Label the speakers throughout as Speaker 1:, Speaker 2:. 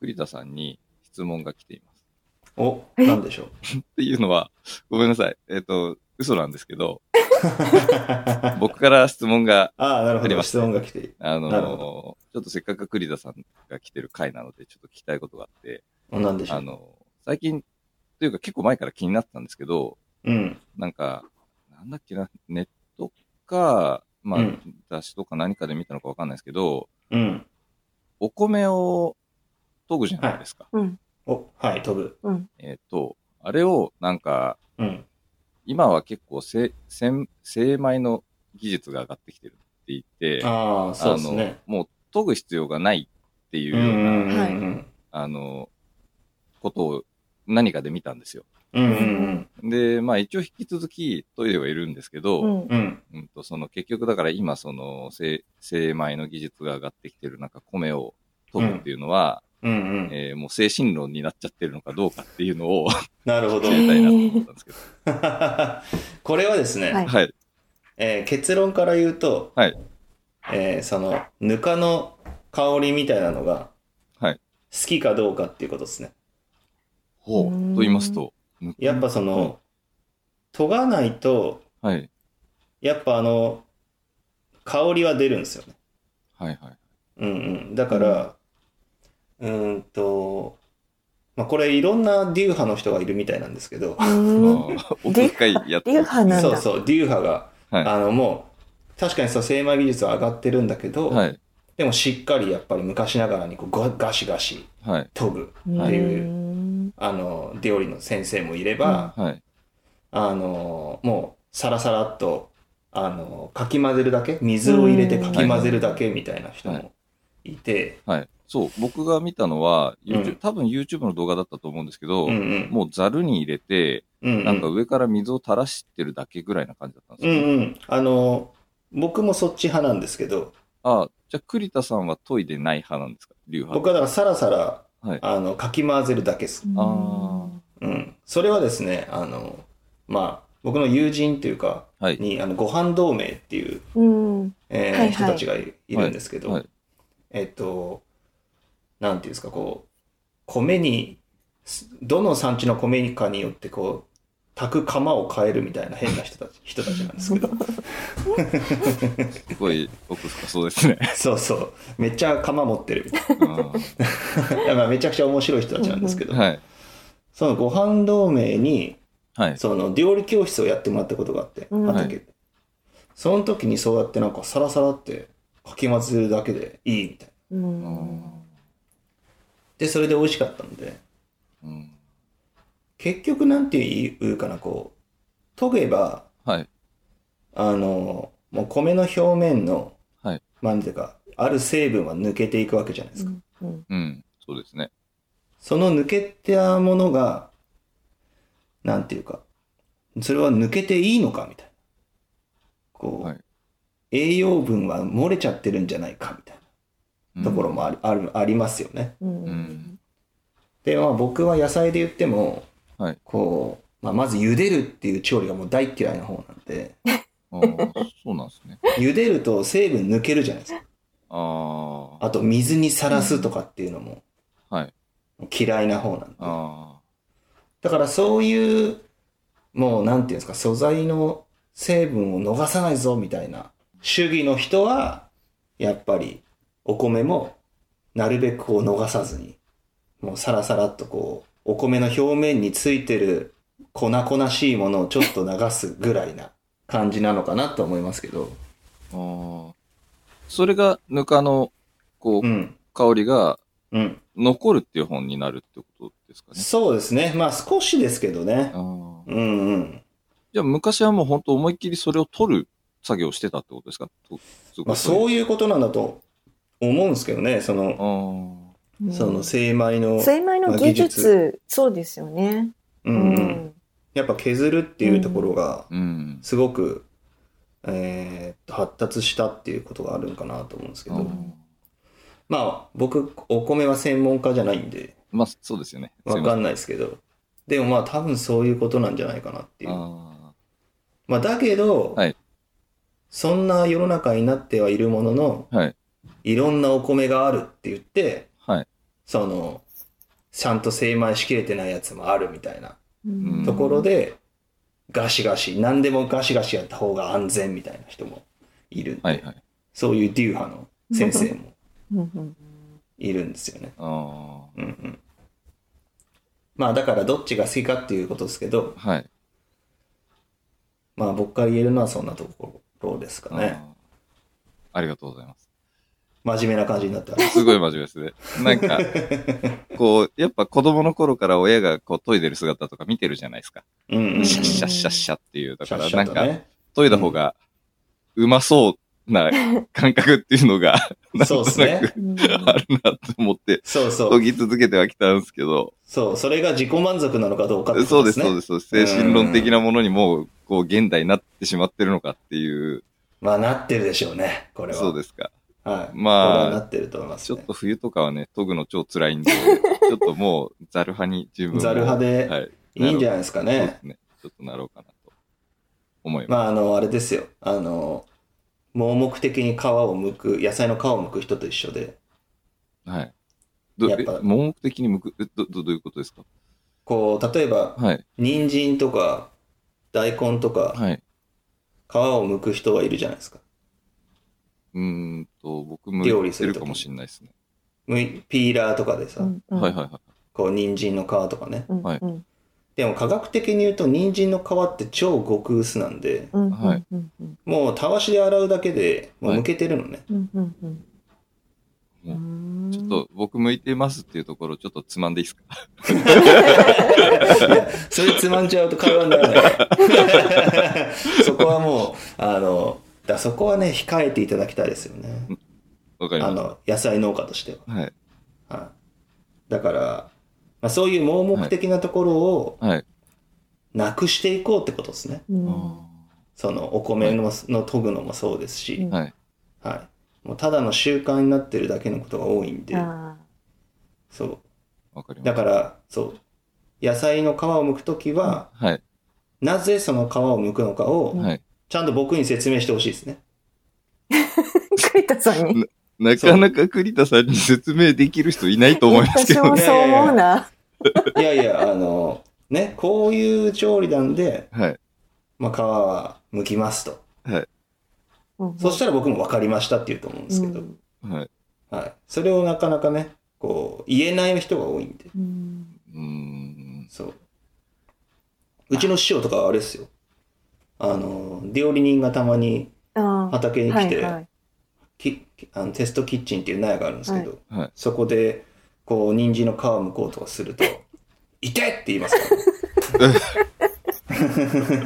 Speaker 1: 栗田さんに質問が来ています。
Speaker 2: お、なんでしょう。
Speaker 1: っていうのは、ごめんなさい。えっ、と、嘘なんですけど、 僕から質問が、
Speaker 2: ああ、なるほ
Speaker 1: あり
Speaker 2: ど。
Speaker 1: ます
Speaker 2: 質問が来ている。
Speaker 1: あのー
Speaker 2: なるほ
Speaker 1: ちょっとせっかく栗田さんが来てる回なので、ちょっと聞きたいことがあって、
Speaker 2: おなんでしょ
Speaker 1: あ
Speaker 2: う。
Speaker 1: のー最近、というか結構前から気になってたんですけど、
Speaker 2: うん。
Speaker 1: なんか、なんだっけな、ネットか、まあ、
Speaker 2: うん
Speaker 1: 雑誌とか何かで見たのかわかんないですけど、
Speaker 2: うん。
Speaker 1: お米を研ぐじゃないですか。
Speaker 3: うん。
Speaker 2: お、はい、飛ぶ。
Speaker 3: うん。
Speaker 1: えっ、と、あれをなんか、
Speaker 2: うん。
Speaker 1: 今は結構精精精米の技術が上がってきてるって言って、
Speaker 2: ああ、そうですね。
Speaker 1: もう研ぐ必要がないっていう
Speaker 2: う
Speaker 1: よ
Speaker 2: ん
Speaker 1: うな、
Speaker 2: うん
Speaker 3: はい
Speaker 1: あの、ことを何かで見たんですよ。
Speaker 2: うんうん。うんうん
Speaker 1: で、まあ一応引き続き研いではいるんですけど、
Speaker 3: う
Speaker 1: うん
Speaker 3: ん。
Speaker 2: うん。
Speaker 1: とその結局だから今その精精米の技術が上がってきてる中、米を研ぐっていうのは、
Speaker 2: うんうん。
Speaker 1: えーもう精神論になっちゃってるのかどうかっていうの を
Speaker 2: なるほど
Speaker 1: 知。りたいなと思ったんですけど。
Speaker 2: これはですね、
Speaker 3: はい
Speaker 1: はい。
Speaker 2: えー結論から言うと、
Speaker 1: はい
Speaker 2: えーその、ぬかの香りみたいなのが、
Speaker 1: はい
Speaker 2: 好きかどうかっていうことですね。
Speaker 1: ほう
Speaker 3: うーん
Speaker 1: と言いますと。ぬ
Speaker 2: やっぱその、研がないと、
Speaker 1: はい。
Speaker 2: やっぱあの、香りは出るんですよね。
Speaker 1: はいはい。
Speaker 2: うんうん。だから、うーんと、まあ、これいろんな流派の人がいるみたいなんですけど
Speaker 3: う、
Speaker 1: あ
Speaker 3: ん。
Speaker 1: ー奥深いやつ。
Speaker 3: 流派なんだ。
Speaker 2: そうそう、流派が、
Speaker 1: はい
Speaker 2: あのもう、確かにそう、精米技術は上がってるんだけど、
Speaker 1: はい。
Speaker 2: でもしっかりやっぱり昔ながらにこうガガシガシ
Speaker 1: はい。
Speaker 2: 研ぐ、
Speaker 3: うん
Speaker 2: っていうあの、料理の先生もいれば、
Speaker 1: はい。
Speaker 2: あの、もうサラサラっと、あの、かき混ぜるだけ、水を入れてかき混ぜるだけみたいな人もいて、
Speaker 1: はい。そう、僕が見たのは、YouTube
Speaker 2: うん
Speaker 1: 多分 YouTube の動画だったと思うんですけど、
Speaker 2: うんうん。
Speaker 1: もうザルに入れて、
Speaker 2: うんうん
Speaker 1: なんか上から水を垂らしてるだけぐらいな感じだったんです
Speaker 2: う
Speaker 1: よ、
Speaker 2: んうん。あの、僕もそっち派なんですけど、
Speaker 1: ああ、じゃあ栗田さんは研いでない派なんですか流派。
Speaker 2: 僕はだからさらさら、
Speaker 1: はい
Speaker 2: あの、かき混ぜるだけです。
Speaker 1: あ
Speaker 2: うん。それはですね、あの、まあ、僕の友人というか、
Speaker 1: はい
Speaker 2: に、あの、ご飯同盟っていう、
Speaker 3: うん。
Speaker 2: えー
Speaker 3: はいはい
Speaker 2: 人たちがいいるんですけど、
Speaker 1: はいはい
Speaker 2: えっと、なんていうんですか、こう、米に、すどの産地の米かによって、こう、炊く釜を変えるみたいな変な人たち、人たちなんです けど、
Speaker 1: すごい奥深そうです ね。
Speaker 2: そうそう、めっちゃ釜持ってるみたいな
Speaker 1: う
Speaker 2: いやまあめちゃくちゃ面白い人たちなんですけど、
Speaker 1: んはい。
Speaker 2: そのご飯同盟に
Speaker 1: はい。
Speaker 2: その料理教室をやってもらったことがあって、
Speaker 3: うん
Speaker 2: 畑でその時にそうやってなんかサラサラってかき混ぜるだけでいいみたいな
Speaker 3: う。
Speaker 1: うんん
Speaker 2: でそれで美味しかったので
Speaker 1: うん
Speaker 2: 結局なんていうかなこう研げば
Speaker 1: はい。
Speaker 2: あのもう米の表面の、
Speaker 1: はい
Speaker 2: まあなんていうかある成分は抜けていくわけじゃないですか、
Speaker 3: うん。
Speaker 1: うん。そうですね。
Speaker 2: その抜けたものがなんていうかそれは抜けていいのかみたいなこう、
Speaker 1: はい
Speaker 2: 栄養分は漏れちゃってるんじゃないかみたい
Speaker 1: うん
Speaker 2: なところもあり,、あるありますよね。
Speaker 3: うん
Speaker 1: ん
Speaker 2: で、まあ、僕は野菜で言っても、
Speaker 1: はい
Speaker 2: こう、まあ、まず茹でるっていう調理がもう大っ嫌いな方なんで
Speaker 1: あーそうなんですね。
Speaker 2: 茹でると成分抜けるじゃないですか
Speaker 1: ああ。
Speaker 2: あと水にさらすとかっていうのも
Speaker 1: はい。
Speaker 2: 嫌いな方なんで
Speaker 1: あ
Speaker 2: だからそういうもうなんていうんですか素材の成分を逃さないぞみたいな主義の人はやっぱりお米もなるべくこう逃さずにもうサラサラっとこうお米の表面についてる粉々しいものをちょっと流すぐらいな感じなのかなと思いますけど、
Speaker 1: ーあー。それがぬかの、こ
Speaker 2: う
Speaker 1: う、
Speaker 2: ん、
Speaker 1: 香りが
Speaker 2: うん、
Speaker 1: 残るっていう本になるってことですかね。
Speaker 2: そうですねまあ少しですけどね
Speaker 1: あー
Speaker 2: うんうん
Speaker 1: じゃあ昔はもう本当思いっきりそれを取る作業をしてたってことですかとそう
Speaker 2: まあそう
Speaker 1: いう
Speaker 2: いうことなんだと思うんですけどねその
Speaker 1: うこ
Speaker 3: うん
Speaker 2: その精米の、
Speaker 3: 精米の技術、そうですよね。
Speaker 2: う
Speaker 3: うん
Speaker 2: うん、。やっぱ削るっていうところが
Speaker 1: と。あーうん。
Speaker 2: すごく、えーっと発達したっていうことがあるのかなと思うんですけど、
Speaker 1: あー
Speaker 2: まあ僕お米は専門家じゃないんで
Speaker 1: まあそうですよね。
Speaker 2: わか
Speaker 1: っ
Speaker 2: んないですけどでもまあ多分そういうことなんじゃないかなって
Speaker 1: て
Speaker 2: い
Speaker 1: いうません。あ
Speaker 2: まあ、だけど、
Speaker 1: はい
Speaker 2: そんな世の中になってはいるものの
Speaker 1: ーはい。
Speaker 2: いろんなお米があるって言って
Speaker 1: はい。
Speaker 2: そのちゃんと精米しきれてないやつもあるみたいな
Speaker 1: うん
Speaker 2: ところで、ガシガシ、何でもガシガシやった方が安全みたいな人もいるんで、
Speaker 1: はいはい。
Speaker 2: そういうデュー派の先生も
Speaker 3: うんうん
Speaker 2: いるんですよね。
Speaker 1: あ
Speaker 2: うんうん。まあだからどっちが好きかっていうことですけど
Speaker 1: あ、、はい。
Speaker 2: まあ僕から言えるのはそんなところですかね。
Speaker 1: あーありがとうございます。
Speaker 2: 真面目な感じになってます。
Speaker 1: すごい真面目ですね。 なんか、こう、やっぱ子供の頃から親がこう研いでる姿とか見てるじゃないですか。
Speaker 2: うんうんうん。
Speaker 1: シャッ
Speaker 2: シ
Speaker 1: シャ
Speaker 2: ャ
Speaker 1: ッシャッシャッっていう。だ
Speaker 2: ッ
Speaker 1: から
Speaker 2: シャ
Speaker 1: な
Speaker 2: ッ
Speaker 1: ん
Speaker 2: と
Speaker 1: か、
Speaker 2: ね。
Speaker 1: 研いだ方がうまそうな感覚っていうのが、なん と
Speaker 2: そ
Speaker 1: な
Speaker 2: うですね
Speaker 1: く。
Speaker 3: うん
Speaker 1: あるなと思って、
Speaker 2: そうそ
Speaker 1: 研
Speaker 2: う。
Speaker 1: ぎ続けてはきたんですけど、
Speaker 2: そう、それが自己満足なのかどうかってこ
Speaker 1: そ
Speaker 2: と
Speaker 1: うで、
Speaker 2: ですす
Speaker 1: そう
Speaker 2: ね
Speaker 1: で。す、そうです。精神論的なものにもう、こう、現代になってしまってるのかっていう、
Speaker 2: まあなってるでしょうね、これは。
Speaker 1: そうですか。
Speaker 2: はい。
Speaker 1: まあ
Speaker 2: これはなってると思います
Speaker 1: ちょっ
Speaker 2: ね
Speaker 1: と。冬とかはね、研ぐの超辛 いんで、ちょっともう、ザル派に自分も
Speaker 2: ザル派で
Speaker 1: はい。
Speaker 2: いいんじ
Speaker 1: ない
Speaker 2: ゃないですか
Speaker 1: そうで
Speaker 2: ね
Speaker 1: す。ね。ちょっとなろうかなと思います。
Speaker 2: まああの、あれですよ。あの、盲目的に皮を剥く、野菜の皮を剥く人と一緒で、
Speaker 1: はい。ど
Speaker 2: やっ
Speaker 1: え
Speaker 2: ぱ
Speaker 1: 盲目的に向く、えど、ど、どういうことですか
Speaker 2: こう、例えば、
Speaker 1: はい。
Speaker 2: 人参とか、大根とか、
Speaker 1: はい。
Speaker 2: 皮を剥く人はいるじゃないですか。
Speaker 1: うーんと、僕向
Speaker 2: 料理
Speaker 1: い
Speaker 2: す
Speaker 1: て
Speaker 2: る
Speaker 1: る
Speaker 2: とき
Speaker 1: かもしれないですね。
Speaker 2: むいピーラーとかでさ、
Speaker 3: うん
Speaker 1: はいはいはい。
Speaker 2: こう、人参の皮とかね。
Speaker 3: うん
Speaker 1: はい
Speaker 3: うん
Speaker 2: でも科学的に言うと、人参の皮って超極薄なんで、
Speaker 3: うん
Speaker 1: はい
Speaker 3: うんうん
Speaker 2: もうたわしで洗うだけで、もう剥けてるのね。
Speaker 3: うんうんうんう
Speaker 1: も
Speaker 3: ん
Speaker 1: ちょっと、僕向いてますっていうところ、ちょっとつまんでいいですか
Speaker 2: それつまんじゃうと会話にならないから。そこはもう、あの、だそこはね、控えていただきたいですよね。
Speaker 1: わかり
Speaker 2: あ
Speaker 1: まし
Speaker 2: の、野菜農家としては。
Speaker 1: た。はい。
Speaker 2: はい、だから、まあ、そういう盲目的なところを
Speaker 1: はい。
Speaker 2: なくしていこうってことですね。
Speaker 3: うん
Speaker 2: そのお米の,、の研ぐのもそうですし、
Speaker 3: うん
Speaker 1: はい。
Speaker 2: はい、もうただの習慣になってるだけのことが多いんで、
Speaker 3: あ
Speaker 2: そう
Speaker 1: わかりま
Speaker 2: だ
Speaker 1: した。
Speaker 2: からそう野菜の皮を剥くときは、
Speaker 1: はい。
Speaker 2: なぜその皮を剥くのかを
Speaker 1: はい。
Speaker 2: ちゃんと僕に説明してほしいですね。
Speaker 3: ー栗田さんに
Speaker 1: なかなか栗田さんに説明できる人いないと思いますけ
Speaker 3: 私
Speaker 1: ど
Speaker 3: も
Speaker 1: ね。
Speaker 3: そう思うな。
Speaker 2: いやいやあのねこういう調理なんで、
Speaker 1: はい。
Speaker 2: まあ、皮は剥きますと、そしたら僕も分かりましたって言うと思うんですけど、
Speaker 3: うん
Speaker 1: はい。
Speaker 2: はい、それをなかなかねこう言えない人が多いんで
Speaker 3: うん
Speaker 1: うーん。
Speaker 2: そううちの師匠とかはあれですよあの料理人がたまに
Speaker 3: あー
Speaker 2: 畑に
Speaker 3: は
Speaker 2: 来
Speaker 3: い
Speaker 2: て、
Speaker 3: はい
Speaker 2: きあのテストキッチンっていう納屋があるんですけど、
Speaker 1: はい はい
Speaker 2: そこでこう人参の皮をむこうとかすると「痛い!」って言いますから、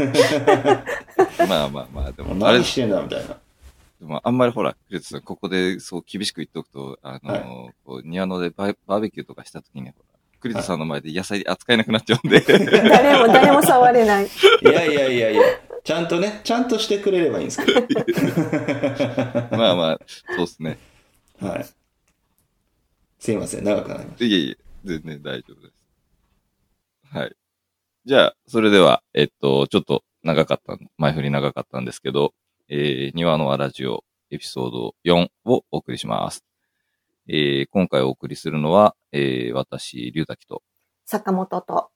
Speaker 1: まあまあまあ、で
Speaker 2: もう
Speaker 1: も、あれ
Speaker 2: 何
Speaker 1: です
Speaker 2: してんだみたいな
Speaker 1: でもあんまりほら、栗田さん、ここでそう厳しく言っておくと、あのーこう庭野でバーバーベキューとかした時に、ほら、栗田さんの前で野菜扱えなくなっちゃうんで、
Speaker 3: 誰も誰も触れない。
Speaker 2: いやいやいやいやちゃんとねちゃんとしてくれればいいんで すけど
Speaker 1: まあまあ、そうですね。
Speaker 2: はいすいません長くなりまし
Speaker 1: いえいえ、全然大丈夫です。はい。じゃあ、それでは、えっと、ちょっと長かった、前振り長かったんですけど、えー、庭のわラジオエピソード4をお送りします。えー、今回お送りするのは、えー、私、龍滝と、
Speaker 3: 坂本と
Speaker 2: た、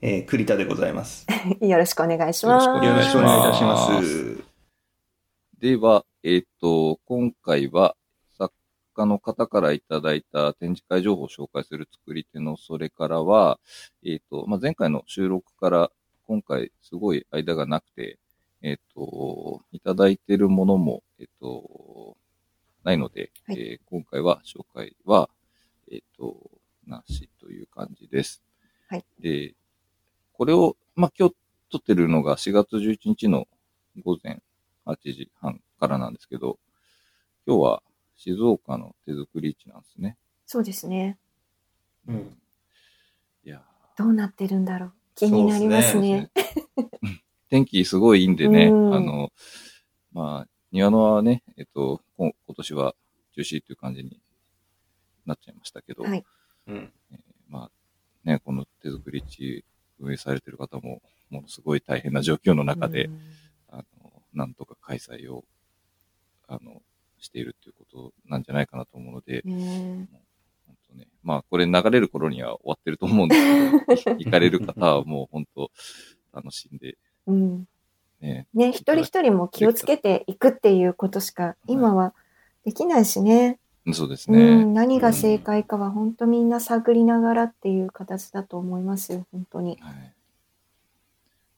Speaker 2: えー栗田でございますよ
Speaker 3: よろしくお願いします。
Speaker 1: よ
Speaker 2: ろしくお願いいたしま
Speaker 1: お願い
Speaker 2: す
Speaker 1: では、えっ、と、今回は作家の方からいただいた展示会情報を紹介する作り手のそれからは、えっ、と、まあ、前回の収録から今回すごい間がなくて、えっ、と、いただいているものも、えっ、と、ないので、
Speaker 3: はい
Speaker 1: えー今回は紹介は、えっ、と、なしという感じです。
Speaker 3: はい。
Speaker 1: で、これを、まあ、今日撮ってるのが4月11日の午前8時半からなんですけど、今日は静岡の手作り市なんですね。
Speaker 3: そうですね。
Speaker 2: うん
Speaker 1: いや
Speaker 3: どうなってるんだろう。気になります
Speaker 1: ー
Speaker 3: ね。。
Speaker 1: 天気すごいいいんでね、あ
Speaker 3: うん
Speaker 1: の、まあ、庭野はね、えっと、こ今年は中止という感じになっちゃいましたけど、
Speaker 3: はい
Speaker 2: うん
Speaker 1: まあ、ね、この手作り市運営されてる方も、ものすごい大変な状況の中で、
Speaker 3: うん
Speaker 1: あの、なんとか開催を、あの、しているということなんじゃないかなと思うので、
Speaker 3: ね
Speaker 1: 本当ね、まあこれ流れる頃には終わってると思うんですけ ど、い行かれる方はもう本当楽しんで、
Speaker 3: うん。
Speaker 1: ね、
Speaker 3: ね、一人一人も気をつけていくっていうことしか今はできないしね。
Speaker 1: そうです
Speaker 3: う
Speaker 1: ね。
Speaker 3: ん、何が正解かは本当みんな探りながらっていう形だと思いますよ、本当に。
Speaker 1: はい。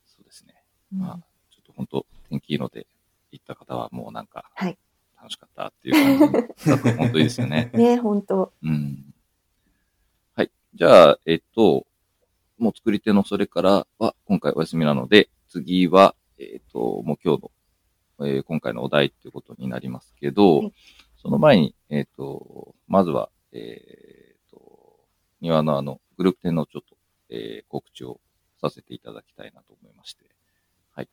Speaker 1: そうですね。
Speaker 3: うん
Speaker 1: まあ、ちょっと本当天気いいので、行った方はもうなんか、
Speaker 3: はい
Speaker 1: 楽しかったっていう感じだと本当いいですよね。
Speaker 3: ね、本当。
Speaker 1: うん。はい。じゃあ、えっと、もう作り手のそれからは、今回お休みなので、次は、えっと、もう今日の、えー今回のお題ということになりますけど、
Speaker 3: はい
Speaker 1: その前に、えっと、まずは、えっと、庭のあの、グループ展のちょっと、えー告知をさせていただきたいなと思いまして、はい。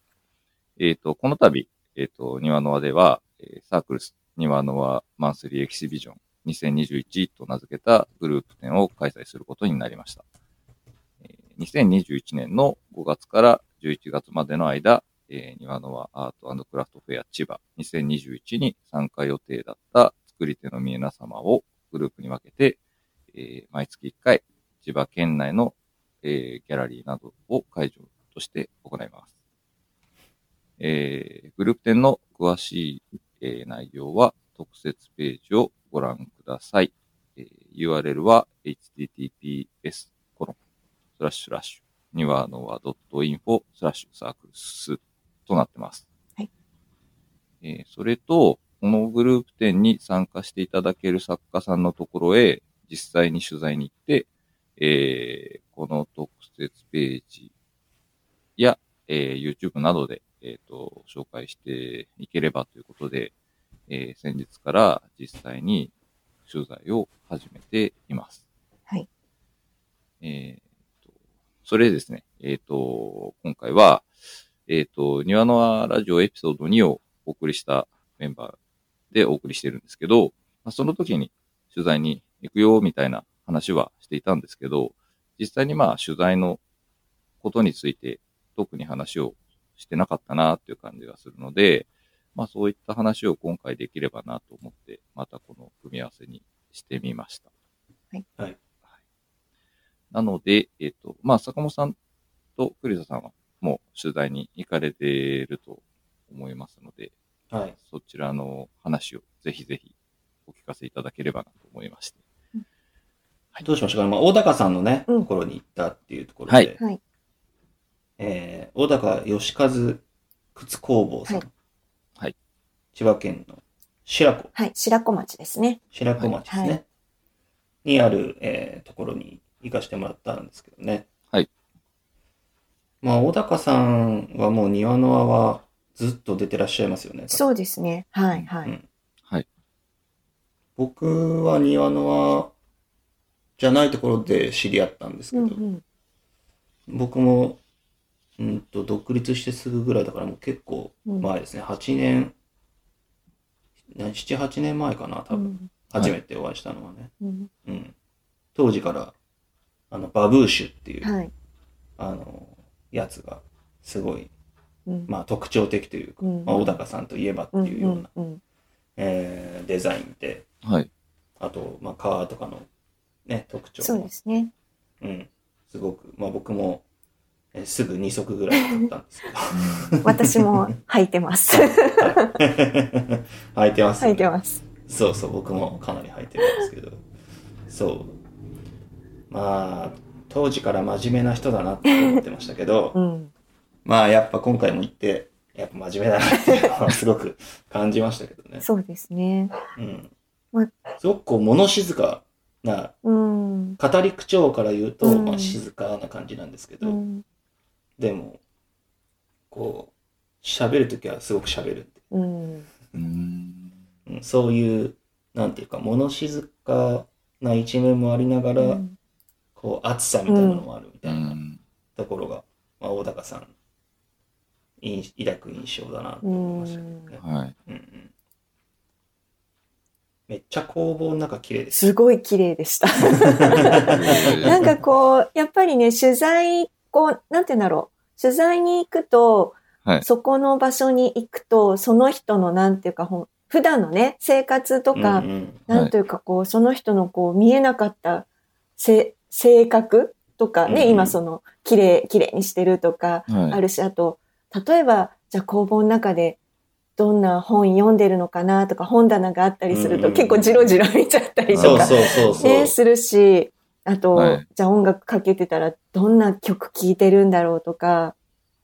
Speaker 1: えっと、この度、えっと、庭の輪では、えーサークルス庭の輪マンスリーエキシビジョン2021と名付けたグループ展を開催することになりました。えー2021年の5月から11月までの間、えー、庭の輪アートクラフトフェア千葉2021に参加予定だった作り手の皆様をグループに分けて、えー毎月1回千葉県内の、えーギャラリーなどを会場として行います。えーグループ展の詳しい、えー内容は特設ページをご覧ください。えー URL は https コロンスラッシュスラッシュにはのは .info スラッシュサークルスとなってます。
Speaker 3: はい。
Speaker 1: えーそれと、このグループ展に参加していただける作家さんのところへ実際に取材に行って、えーこの特設ページや、えー YouTube などで、えー、と紹介していければということで、えー先日から実際に取材を始めています。
Speaker 3: はい。
Speaker 1: えーと、それでですね、えっ、と、今回は、えっ、と、庭の輪ラジオエピソード2をお送りしたメンバーでお送りしてるんですけど、まあ、その時に取材に行くよみたいな話はしていたんですけど、実際にまあ取材のことについて特に話をしてなかったなっていう感じがするので、まあそういった話を今回できればなと思って、またこの組み合わせにしてみました。
Speaker 3: はい
Speaker 2: はい
Speaker 1: はい。なので、えっ、と、まあ坂本さんと栗田さんはもう取材に行かれていると思いますので、
Speaker 2: はい。
Speaker 1: そちらの話をぜひぜひお聞かせいただければなと思いまして。
Speaker 2: どうしましょうかね。まあ、大高さんのね、
Speaker 3: うん
Speaker 2: ところに行ったっていうところで、
Speaker 1: はい
Speaker 3: はい。
Speaker 2: えー、大高義和靴工房さん、
Speaker 3: はい
Speaker 1: はい
Speaker 2: 千葉県の白子、
Speaker 3: はい。白子町ですね。
Speaker 2: 白子町ですね、
Speaker 3: は
Speaker 2: にある、えーところに行かしてもらったんですけどね。
Speaker 1: はい。
Speaker 2: まあ、小高さんはもう庭の輪はずっと出てらっしゃいますよね。
Speaker 3: そうですね。はい、は
Speaker 2: う
Speaker 3: い。
Speaker 2: ん
Speaker 1: はい。
Speaker 2: 僕は庭の輪じゃないところで知り合ったんですけ
Speaker 3: う
Speaker 2: ど、
Speaker 3: んうん。
Speaker 2: 僕も、うんと、独立してすぐぐらいだからもう結構
Speaker 3: うん
Speaker 2: 前ですね。8年、な7、8年前かな、多分。初めてお会いしたのはね。
Speaker 3: うん
Speaker 2: うん。当時から、あの、バブーシュっていう
Speaker 3: う、ん。はい。
Speaker 2: あの、やつが、すごい、
Speaker 3: うん
Speaker 2: まあ特徴的というか、
Speaker 3: うん
Speaker 2: まあ小高さんといえばって
Speaker 3: うん
Speaker 2: いうような、
Speaker 3: うんうん
Speaker 2: えーデザインで、
Speaker 1: はい。
Speaker 2: あと、まあカーとかのね、特徴も
Speaker 3: そうですね。
Speaker 2: うん。すごく、まあ僕も、えーすぐ2足ぐらい買ったんです けど、
Speaker 3: 私も履いて ます。
Speaker 2: はい履いてます、
Speaker 3: 履いて
Speaker 2: ね。
Speaker 3: ます。
Speaker 2: そうそう、僕もかなり履いてるんですけど。そう。まあ、当時から真面目な人だなって思ってましたけ
Speaker 3: う
Speaker 2: ど、
Speaker 3: ん。
Speaker 2: まあやっぱ今回も行って、やっぱ真面目だなっていうのは すごく感じましたけどね。
Speaker 3: そうですね。
Speaker 2: うん
Speaker 3: まあ。
Speaker 2: すごくこう物静かな、
Speaker 3: うん。
Speaker 2: 語り口調から言うと、
Speaker 3: うん
Speaker 2: まあ静かな感じなんですけ
Speaker 3: う
Speaker 2: ど、
Speaker 3: ん。
Speaker 2: でも、こう、喋るときはすごく喋るって
Speaker 3: うん。
Speaker 1: うん。
Speaker 2: うんそういう、なんていうか、物静かな一面もありながら、
Speaker 3: うん
Speaker 2: こう、熱さみたいなのもあるみ
Speaker 1: う。
Speaker 2: たいなんところが、まあ、大高さん、い抱く印象だなと
Speaker 3: う
Speaker 2: 思いましたけど
Speaker 3: ん
Speaker 2: ね。
Speaker 1: はい。
Speaker 2: うんうんめっちゃ工房の中綺麗です。
Speaker 3: すごい綺麗でした。なんかこう、やっぱりね、取材、こう、なんて言うんだろう。取材に行くと、
Speaker 1: はい
Speaker 3: そこの場所に行くと、その人のなんていうか、ほん普段のね、生活とか、
Speaker 2: うんうん
Speaker 3: なんというかこう、その人のこう、見えなかったせ性格とかね、
Speaker 1: うん
Speaker 3: 今その、綺麗、綺麗にしてるとか、
Speaker 1: はい
Speaker 3: あるし、あと、例えば、じゃあ工房の中で、どんな本読んでるのかなとか、本棚があったりする
Speaker 2: う
Speaker 3: と、
Speaker 2: ん
Speaker 3: 結構じろじろ見ちゃったり
Speaker 2: そ
Speaker 3: と
Speaker 2: う
Speaker 3: か、
Speaker 2: そうそうそう。
Speaker 3: ね、するし、あと、
Speaker 1: はい
Speaker 3: じゃあ音楽かけてたら、どんな曲聴いてるんだろうとか、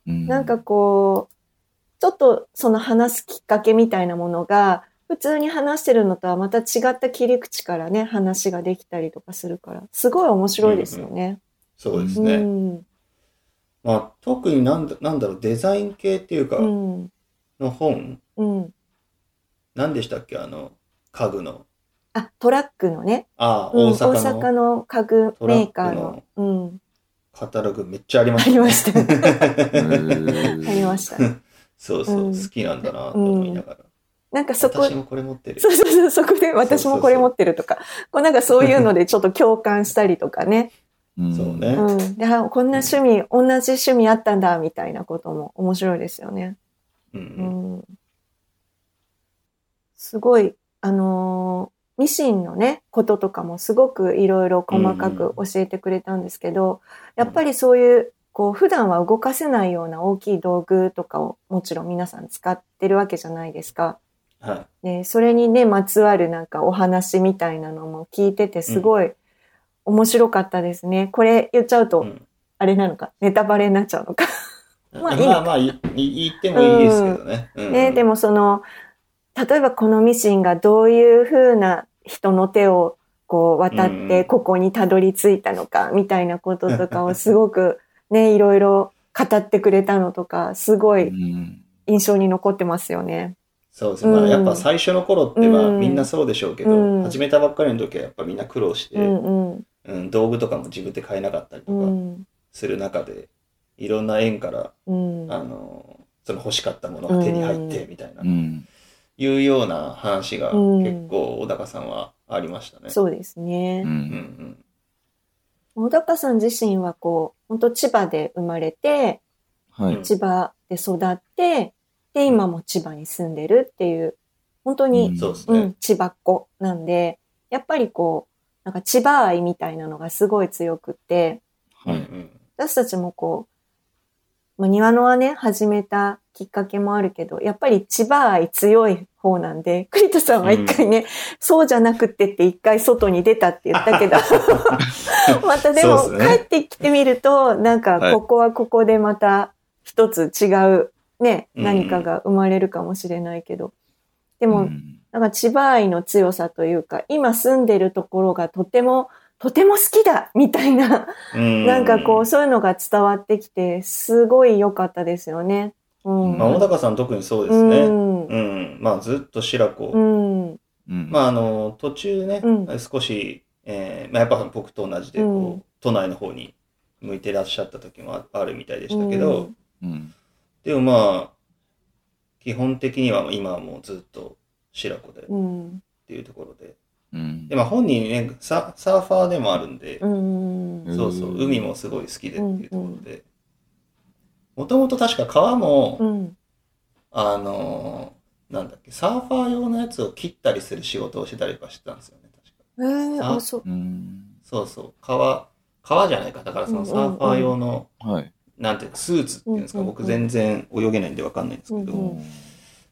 Speaker 3: なんかこう、ちょっとその話すきっかけみたいなものが、普通に話してるのとはまた違った切り口からね、話ができたりとかするから、すごい面白いですよね。
Speaker 2: そうです
Speaker 3: う
Speaker 2: ね。
Speaker 3: ん。
Speaker 2: まあ、特になんだなんだろう、デザイン系っていうか
Speaker 3: う、ん。
Speaker 2: の本、
Speaker 3: うん。
Speaker 2: 何でしたっけあの、家具の。
Speaker 3: あ、トラックのね。
Speaker 2: ああ、
Speaker 3: うん
Speaker 2: 大阪の
Speaker 3: の家具メーカー
Speaker 2: トラッ
Speaker 3: の。うん。
Speaker 2: カタログめっちゃありま
Speaker 3: あ
Speaker 2: した
Speaker 3: り
Speaker 2: ね。
Speaker 3: ました。ありま
Speaker 1: ま
Speaker 3: した。
Speaker 2: そうそう、
Speaker 3: うん
Speaker 2: 好きなんだなと思いながら。
Speaker 3: なんかそこ、
Speaker 2: 私もこれ持ってる。
Speaker 3: そうそうそう、そこで私もこれ持ってるとか、こうなんかそういうのでちょっと共感したりとかね。
Speaker 2: そうね
Speaker 3: うん、であこんな趣味、同じ趣味あったんだみたいなことも面白いですよね。
Speaker 2: うん
Speaker 3: う
Speaker 2: うん
Speaker 3: ん、すごい、あのーミシンのね、こととかもすごくいろいろ細かく教えてくれたんですけ
Speaker 2: う
Speaker 3: ど、
Speaker 2: ん
Speaker 3: やっぱりそういう、こう、普段は動かせないような大きい道具とかをもちろん皆さん使ってるわけじゃないですか。
Speaker 2: は
Speaker 3: ね、それにね、まつわるなんかお話みたいなのも聞いてて、すごい面白かったですね。これ言っちゃうと、
Speaker 2: い。うん
Speaker 3: あれなのか、ネタバレになっちゃうのか。ま
Speaker 2: ま
Speaker 3: あ
Speaker 2: あ
Speaker 3: いいのか
Speaker 2: まあ、い言ってもいいですけどね。うん
Speaker 3: ね、でもその、例えばこのミシンがどういう風な人の手をこう渡っ
Speaker 2: うんう
Speaker 3: て
Speaker 2: ん
Speaker 3: ここにたどり着いたのか、みたいなこととかをす ごくね、いろいろ語ってくれたのとか、すごい印象に残ってますよね。
Speaker 2: そうですね。ま
Speaker 3: う
Speaker 2: あ、
Speaker 3: ん
Speaker 2: やっぱ最初の頃っては
Speaker 3: うん
Speaker 2: みんなそうでしょうけ
Speaker 3: う
Speaker 2: ど、
Speaker 3: ん
Speaker 2: 始めたばっかりの時はやっぱみんな苦労し
Speaker 3: う
Speaker 2: て、
Speaker 3: んうん。
Speaker 2: うん道具とかも自分で買えなかったり
Speaker 3: う
Speaker 2: とか
Speaker 3: ん。
Speaker 2: する中で、いろんな縁から、
Speaker 3: うん。
Speaker 2: あの、その欲しかったものが手に入ってみたいな、いうような話が
Speaker 3: うん
Speaker 2: 結構小高さんはありましたね。
Speaker 3: そうですね。
Speaker 2: うんうん。
Speaker 3: 小高さん自身はこう、本当千葉で生まれて、
Speaker 1: はい。
Speaker 3: 千葉で育って、で、今も千葉に住んでるっていう、本当に
Speaker 2: そうです
Speaker 3: う
Speaker 2: ね
Speaker 3: ん、。千葉っ子なんで、やっぱりこう、なんか千葉愛みたいなのがすごい強くって、
Speaker 2: うん
Speaker 1: はい。
Speaker 2: うん。
Speaker 3: 私たちもこう、まあ、庭のはね、始めたきっかけもあるけど、やっぱり千葉愛強い方なんで、クリトさんは一回ね、そうじゃなくてって一回外に出たって言ったけど、またでも
Speaker 2: そうですね
Speaker 3: 帰ってきてみると、なんか
Speaker 2: はい
Speaker 3: ここはここでまた一つ違うね、
Speaker 2: うん
Speaker 3: 何かが生まれるかもしれないけど、でも、なんか千葉愛の強さというか、今住んでるところがとても、とても好きだみたいな、
Speaker 2: うん
Speaker 3: なんかこう、そういうのが伝わってきて、すごい良かったですよね。うん。
Speaker 2: まあ、小高さん特にそうですね。
Speaker 3: うん
Speaker 2: うん。まあ、ずっと白子。
Speaker 3: うん。
Speaker 2: まあ、あの、途中ね、
Speaker 3: うん
Speaker 2: 少し、えーまあ、やっぱ僕と同じで、こう
Speaker 3: うん
Speaker 2: 都内の方に向いてらっしゃった時もああるみたいでしたけど、
Speaker 3: うん
Speaker 2: でもまあ、基本的には今はもうずっと白子でっ
Speaker 3: うん。
Speaker 2: ていうところで。で、まあ本人ね、ササーファーでもあるんで
Speaker 3: う、ん。
Speaker 1: うん
Speaker 2: そうそう、海もすごい好きでっていうところで。もともと確か川も、
Speaker 3: うん。
Speaker 2: あのーなんだっけ、サーファー用のやつを切ったりする仕事をしてたりとかしてたんですよね、確か。
Speaker 3: えー、
Speaker 2: あ
Speaker 3: あ、そう。
Speaker 2: そうそう、革、革じゃないか、だからそのサーファー用の、
Speaker 1: はい。
Speaker 2: なんていうか、スーツっていうんですか、
Speaker 3: うんうんうん
Speaker 2: 僕全然泳げないんでわかんないんですけ
Speaker 3: う
Speaker 2: ど、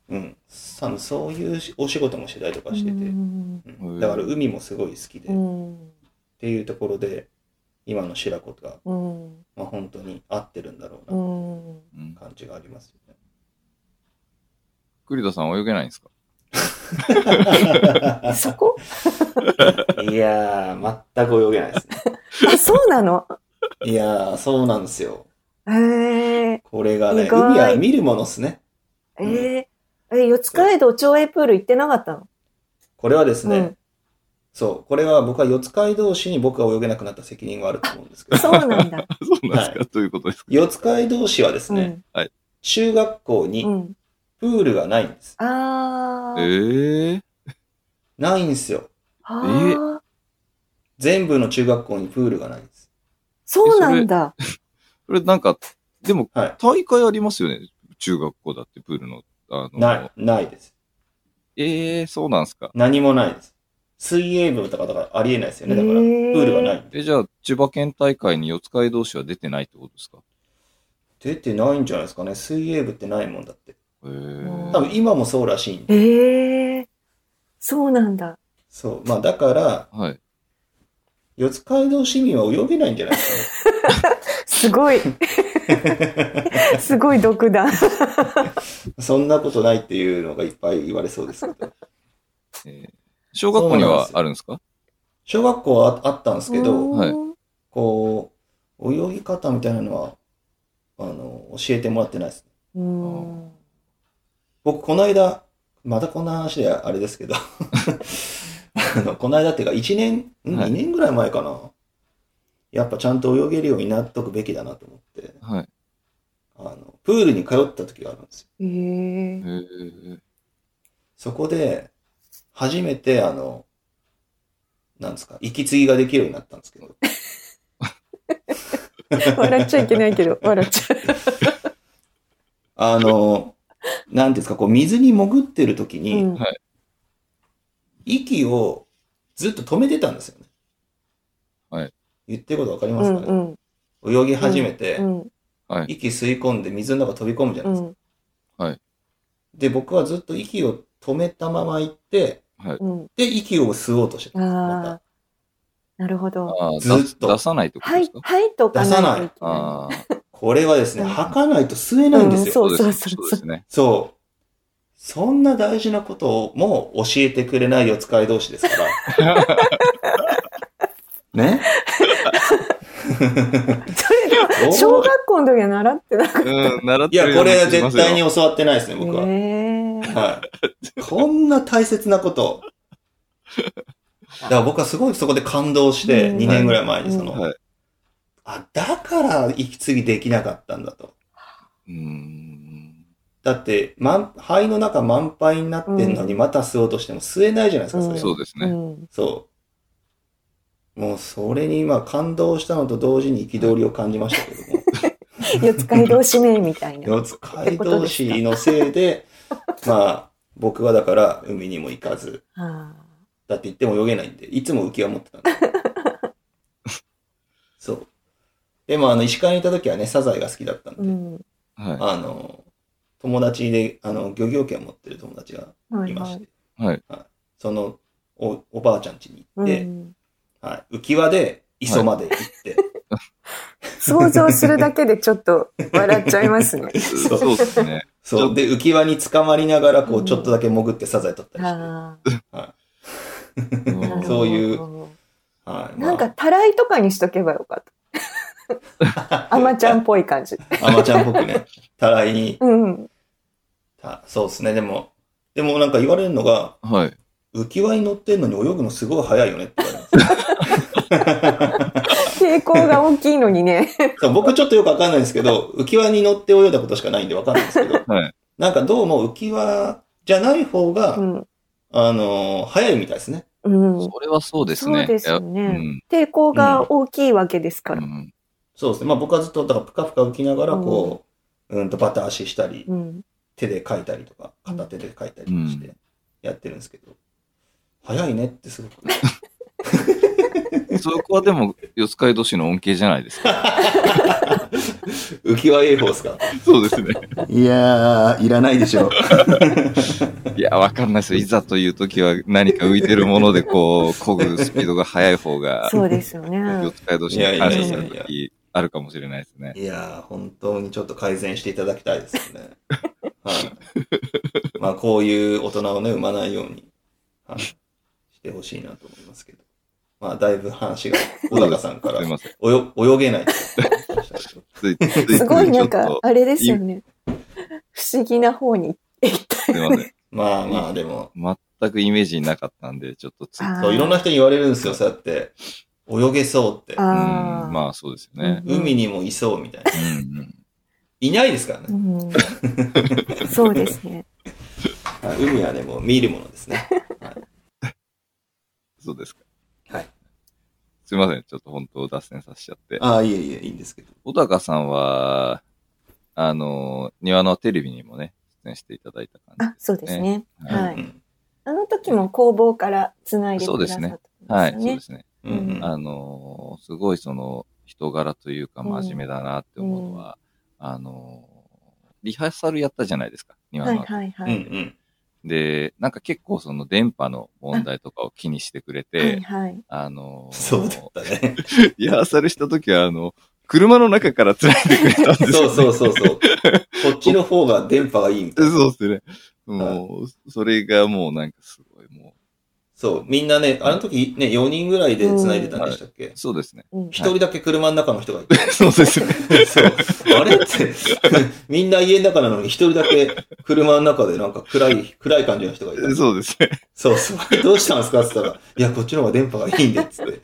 Speaker 2: うん、多分そういうしお仕事もしてたりとかしてて、
Speaker 3: うん。
Speaker 2: うんだから海もすごい好きで、
Speaker 3: う
Speaker 2: っ
Speaker 3: ん。
Speaker 2: ていうところで、今の白子が、
Speaker 3: うん。
Speaker 2: まあ、本当に合ってるんだろう
Speaker 3: う
Speaker 2: な、
Speaker 3: ん。
Speaker 2: 感じがありますよね。
Speaker 1: 栗田さん泳げないんですか
Speaker 3: そこ
Speaker 2: いやー、全く泳げないですね。
Speaker 3: あ、そうなの
Speaker 2: いやー、そうなんですよ。
Speaker 3: えー、
Speaker 2: これがね、
Speaker 3: 意外
Speaker 2: 海は見るものですね。
Speaker 3: えー、え、四街道町営プール行ってなかったの
Speaker 2: これはですね、
Speaker 3: うん
Speaker 2: そう、これは僕は四街道市に僕が泳げなくなった責任があると思うんですけど、
Speaker 3: そうなんだ。
Speaker 1: そうなんですかということですか
Speaker 2: 四街道市はです
Speaker 3: う
Speaker 2: ね、
Speaker 3: ん。
Speaker 2: 中学校
Speaker 3: う
Speaker 2: に
Speaker 3: ん。
Speaker 2: プールがないんです。
Speaker 3: あー。
Speaker 1: ええ。
Speaker 2: ないんですよ。
Speaker 3: あ
Speaker 1: え
Speaker 3: ー
Speaker 2: 全部の中学校にプールがないんです。
Speaker 3: そうなんだ。
Speaker 1: これなんか、でも
Speaker 2: は
Speaker 1: 大会ありますよね中学校だってプールの。あ
Speaker 2: い。な
Speaker 1: の、
Speaker 2: い、ないです。
Speaker 1: ええ、そうなんですか
Speaker 2: 何もないです。水泳部とかだからありえないですよね。だから、
Speaker 3: へ
Speaker 2: プ
Speaker 3: ー
Speaker 2: ールがない。
Speaker 1: え、じゃあ、千葉県大会に四街同士は出てないってことですか
Speaker 2: 出てないんじゃないですかね。水泳部ってないもんだって。
Speaker 1: へ
Speaker 2: 多
Speaker 1: ー
Speaker 2: 分今もそうらしいんで。
Speaker 3: ええそうなんだ。
Speaker 2: そう。まあだから、
Speaker 1: はい。
Speaker 2: 四街道市民は泳げないんじゃないですかね。
Speaker 3: すごい。すごい独断。
Speaker 2: そんなことないっていうのがいっぱい言われそうですけど。
Speaker 1: えー小学校にはあるんですか
Speaker 2: 小学校はああったんですけど、
Speaker 1: はい
Speaker 3: うん
Speaker 2: こう、泳ぎ方みたいなのは、あの、教えてもらってないです。
Speaker 3: うん。
Speaker 2: 僕、この間、またこんな話であれですけど、 あの、この間っていうか、1年、ん
Speaker 1: はい
Speaker 2: 2年ぐらい前かな。やっぱちゃんと泳げるようになっとくべきだなと思って、
Speaker 1: はい。
Speaker 2: あの、プールに通った時があるんですよ。
Speaker 3: ええ
Speaker 1: へー
Speaker 2: そこで、初めて、あの、なんですか、息継ぎができるようになったんですけど、
Speaker 3: 笑っちゃいけないけど、笑っちゃう。
Speaker 2: あの、なんていうんですか、こう、水に潜ってる時に、
Speaker 3: うん
Speaker 2: 息をずっと止めてたんですよね。
Speaker 1: はい。
Speaker 2: 言ってることわかり
Speaker 3: う
Speaker 2: ます
Speaker 3: ん
Speaker 2: か
Speaker 3: う
Speaker 2: ね、
Speaker 3: ん
Speaker 2: 泳ぎ始めて、
Speaker 3: うん
Speaker 1: はい。
Speaker 2: 息吸い込んで水の中飛び込むじゃな
Speaker 3: う
Speaker 2: いですか。
Speaker 3: ん
Speaker 2: で、僕はずっと息を止めたまま行って、
Speaker 1: はい。
Speaker 3: うん。
Speaker 2: で、息を吸おうとしてた。
Speaker 3: ああ、なるほど。
Speaker 1: ああ、
Speaker 2: ずっと
Speaker 1: 出す出さないってこと
Speaker 3: は
Speaker 1: で
Speaker 3: い
Speaker 1: すか、
Speaker 3: はいとか
Speaker 2: 出さない
Speaker 3: とけな
Speaker 1: ああ、
Speaker 2: これはですね、
Speaker 3: うん
Speaker 2: 吐かないと吸えないんですよ。
Speaker 3: うんそうそう
Speaker 1: です
Speaker 3: そう
Speaker 1: そうですね。
Speaker 2: そう。そんな大事なことをもう教えてくれない四つい同士です から。ね
Speaker 3: い それでも、小学校の時は習ってなかっ
Speaker 1: うん、習っ
Speaker 2: い
Speaker 1: てるよ
Speaker 2: や、こ
Speaker 1: うな
Speaker 2: れは
Speaker 1: 気しま
Speaker 2: 絶
Speaker 1: すよ
Speaker 2: 対に教わってないですね、
Speaker 3: た。
Speaker 2: 僕は。
Speaker 3: ねえ
Speaker 2: はい。こんな大切なこと。だから僕はすごいそこで感動して、
Speaker 3: うん
Speaker 2: 2年ぐらい前にその、
Speaker 1: はい
Speaker 2: あ、だから息継ぎできなかったんだと。
Speaker 1: うーん。
Speaker 2: だって、満肺の中満杯になってんのにまた吸おうとしても吸えないじゃないですか、それは。
Speaker 1: そうです
Speaker 3: う
Speaker 1: ね。
Speaker 3: ん。
Speaker 2: そう。もうそれに今感動したのと同時に憤りを感じましたけども。
Speaker 3: 四つ街道指名みたいな。
Speaker 2: 四つ街道市のせいで、まあ、僕はだから海にも行かず、
Speaker 3: あ
Speaker 2: だって言っても泳げないんで、いつも浮き輪持って たんで。そう。でも、あの、石川にいた時はね、サザエが好きだったん
Speaker 3: ーう
Speaker 2: で、
Speaker 3: ん。
Speaker 1: は
Speaker 2: あの、友達で、あの、漁業権を持ってる友達が
Speaker 3: はいい
Speaker 2: ま
Speaker 3: は
Speaker 2: して、
Speaker 3: い。
Speaker 1: い。はい。
Speaker 2: そのお、おばあちゃん家に行っ
Speaker 3: う
Speaker 2: て、
Speaker 3: ん、
Speaker 2: はい、浮き輪で磯まで行って、
Speaker 3: 想像するだけでちょっと笑っちゃいますね。
Speaker 1: そうですね。
Speaker 2: そう。で、浮き輪に捕まりながら、こう、ちょっとだけ潜ってサザエ取ったりして、
Speaker 3: あ
Speaker 1: うん
Speaker 3: ー
Speaker 2: そういう
Speaker 3: なるほ
Speaker 2: はい。
Speaker 3: どなんか、
Speaker 2: ま
Speaker 3: たらいとかにしとけばよかった。あまちゃんっぽい感じ。
Speaker 2: あ、アマちゃんっぽくね、たらいに、
Speaker 3: うん。
Speaker 2: たそうですね、でも、でもなんか言われるのが、
Speaker 1: はい。
Speaker 2: 浮き輪に乗ってんのに泳ぐのすごい早いよねって言われます。
Speaker 3: 抵抗が大きいのにね。
Speaker 2: そう僕ちょっとよくわかんないんですけど、浮き輪に乗って泳いだことしかないんでわかんないんですけ ど、
Speaker 1: はい。
Speaker 2: なんかどうも浮き輪じゃない方が、
Speaker 3: うん。
Speaker 2: あのー早いみたいですね。
Speaker 3: うん。
Speaker 1: それはそうです
Speaker 3: そう
Speaker 1: ね。
Speaker 3: ですよ
Speaker 1: いや
Speaker 3: ね。抵抗が大きいわけですか
Speaker 1: うん。う
Speaker 3: ら。
Speaker 1: ん
Speaker 2: そうですね。まあ僕はずっと、だからプカプカ浮きながら、こう、うん、とバタ足したり、
Speaker 3: うん。
Speaker 2: 手で書いたりとか、片手で書いたりとかし
Speaker 1: う
Speaker 2: てやってるんですけど、早いねってすごく。
Speaker 1: そこはでも、四街道市の恩恵じゃないです か。
Speaker 2: 浮き輪 A 法ですか
Speaker 1: そうですね。
Speaker 2: いやー、いらないでしょう。
Speaker 1: いや、わかんないですよ。いざという時は何か浮いてるもので、こう、漕ぐスピードが速い方が、
Speaker 3: そうですよね
Speaker 1: 四。街道市に感謝する
Speaker 2: いやいやいや
Speaker 1: 時あるかもしれないですね。
Speaker 2: いやー、本当にちょっと改善していただきたいですよ ね。はい。まあ、こういう大人をね、生まないように、はい、してほしいなと思いますけど。まあ、だいぶ話が、小高さんから
Speaker 1: す い、ません。
Speaker 2: およ泳げないって言ってましたけど。
Speaker 1: ついついつい
Speaker 3: すごいなん
Speaker 1: ちょ
Speaker 3: か
Speaker 1: っ、と
Speaker 3: あれですよね。不思議な方に行った
Speaker 1: すいません。
Speaker 2: まあまあ、でも、
Speaker 1: 全くイメージになかったんで、ちょっとつい、うん、
Speaker 3: あー
Speaker 2: そう、いろんな人に言われるんですよ、そうやって。泳げそうって。
Speaker 3: ああ。
Speaker 1: まあそうですよね。
Speaker 3: うん
Speaker 2: 海にもいそうみたいな。
Speaker 1: うんうん
Speaker 2: いないですから
Speaker 3: う
Speaker 2: ね。
Speaker 3: ん、そうですね。
Speaker 2: はい海はね、もう見るものですね。
Speaker 1: そうですか。
Speaker 2: はい。
Speaker 1: すいません。ちょっと本当脱線させちゃって。
Speaker 2: ああ、いえいえ、いいんですけど。
Speaker 1: 小高さんは、あの、庭のテレビにもね、出演していただいた感
Speaker 3: あ、そうですね。
Speaker 1: じ。
Speaker 3: はい
Speaker 2: うん
Speaker 3: あの時も工房からつないで
Speaker 1: そう
Speaker 3: く
Speaker 1: で
Speaker 3: ださ
Speaker 1: す
Speaker 3: った
Speaker 1: ね
Speaker 3: んですよね。
Speaker 1: はい、そうですね。
Speaker 2: うんうん
Speaker 1: あのーすごいその人柄というか
Speaker 3: うん
Speaker 1: 真面目だなって思うのは、あのーリハーサルやったじゃないですか、庭
Speaker 3: は
Speaker 1: の
Speaker 3: い
Speaker 1: 後、
Speaker 3: はいは
Speaker 2: うんう
Speaker 3: い。
Speaker 2: ん
Speaker 1: で、なんか結構その電波の問題とかを気にしてくれ
Speaker 3: は
Speaker 1: て
Speaker 3: い、はい。
Speaker 1: あのー
Speaker 2: そうだったね。
Speaker 1: リハーサルした時は、あの、車の中から繋いでくれたんですよ、
Speaker 2: そうそうそう そう。こっちの方が電波がいいみたいな。
Speaker 1: そうですね。もう、それがもうなんかすごい、も
Speaker 2: そう。みんなね、あの時ね、4人ぐらいで繋いでたんでしたっけ
Speaker 1: う、そうですね。
Speaker 3: うん
Speaker 2: 一人だけ車の中の人がいて。
Speaker 1: そうですね。
Speaker 2: そう。あれって、 みんな家の中なのに一人だけ車の中でなんか暗い、暗い感じの人がいて。
Speaker 1: そうですね。
Speaker 2: そうそう。どうしたんですかって言ったら、いや、こっちの方が電波がいいんで、つって。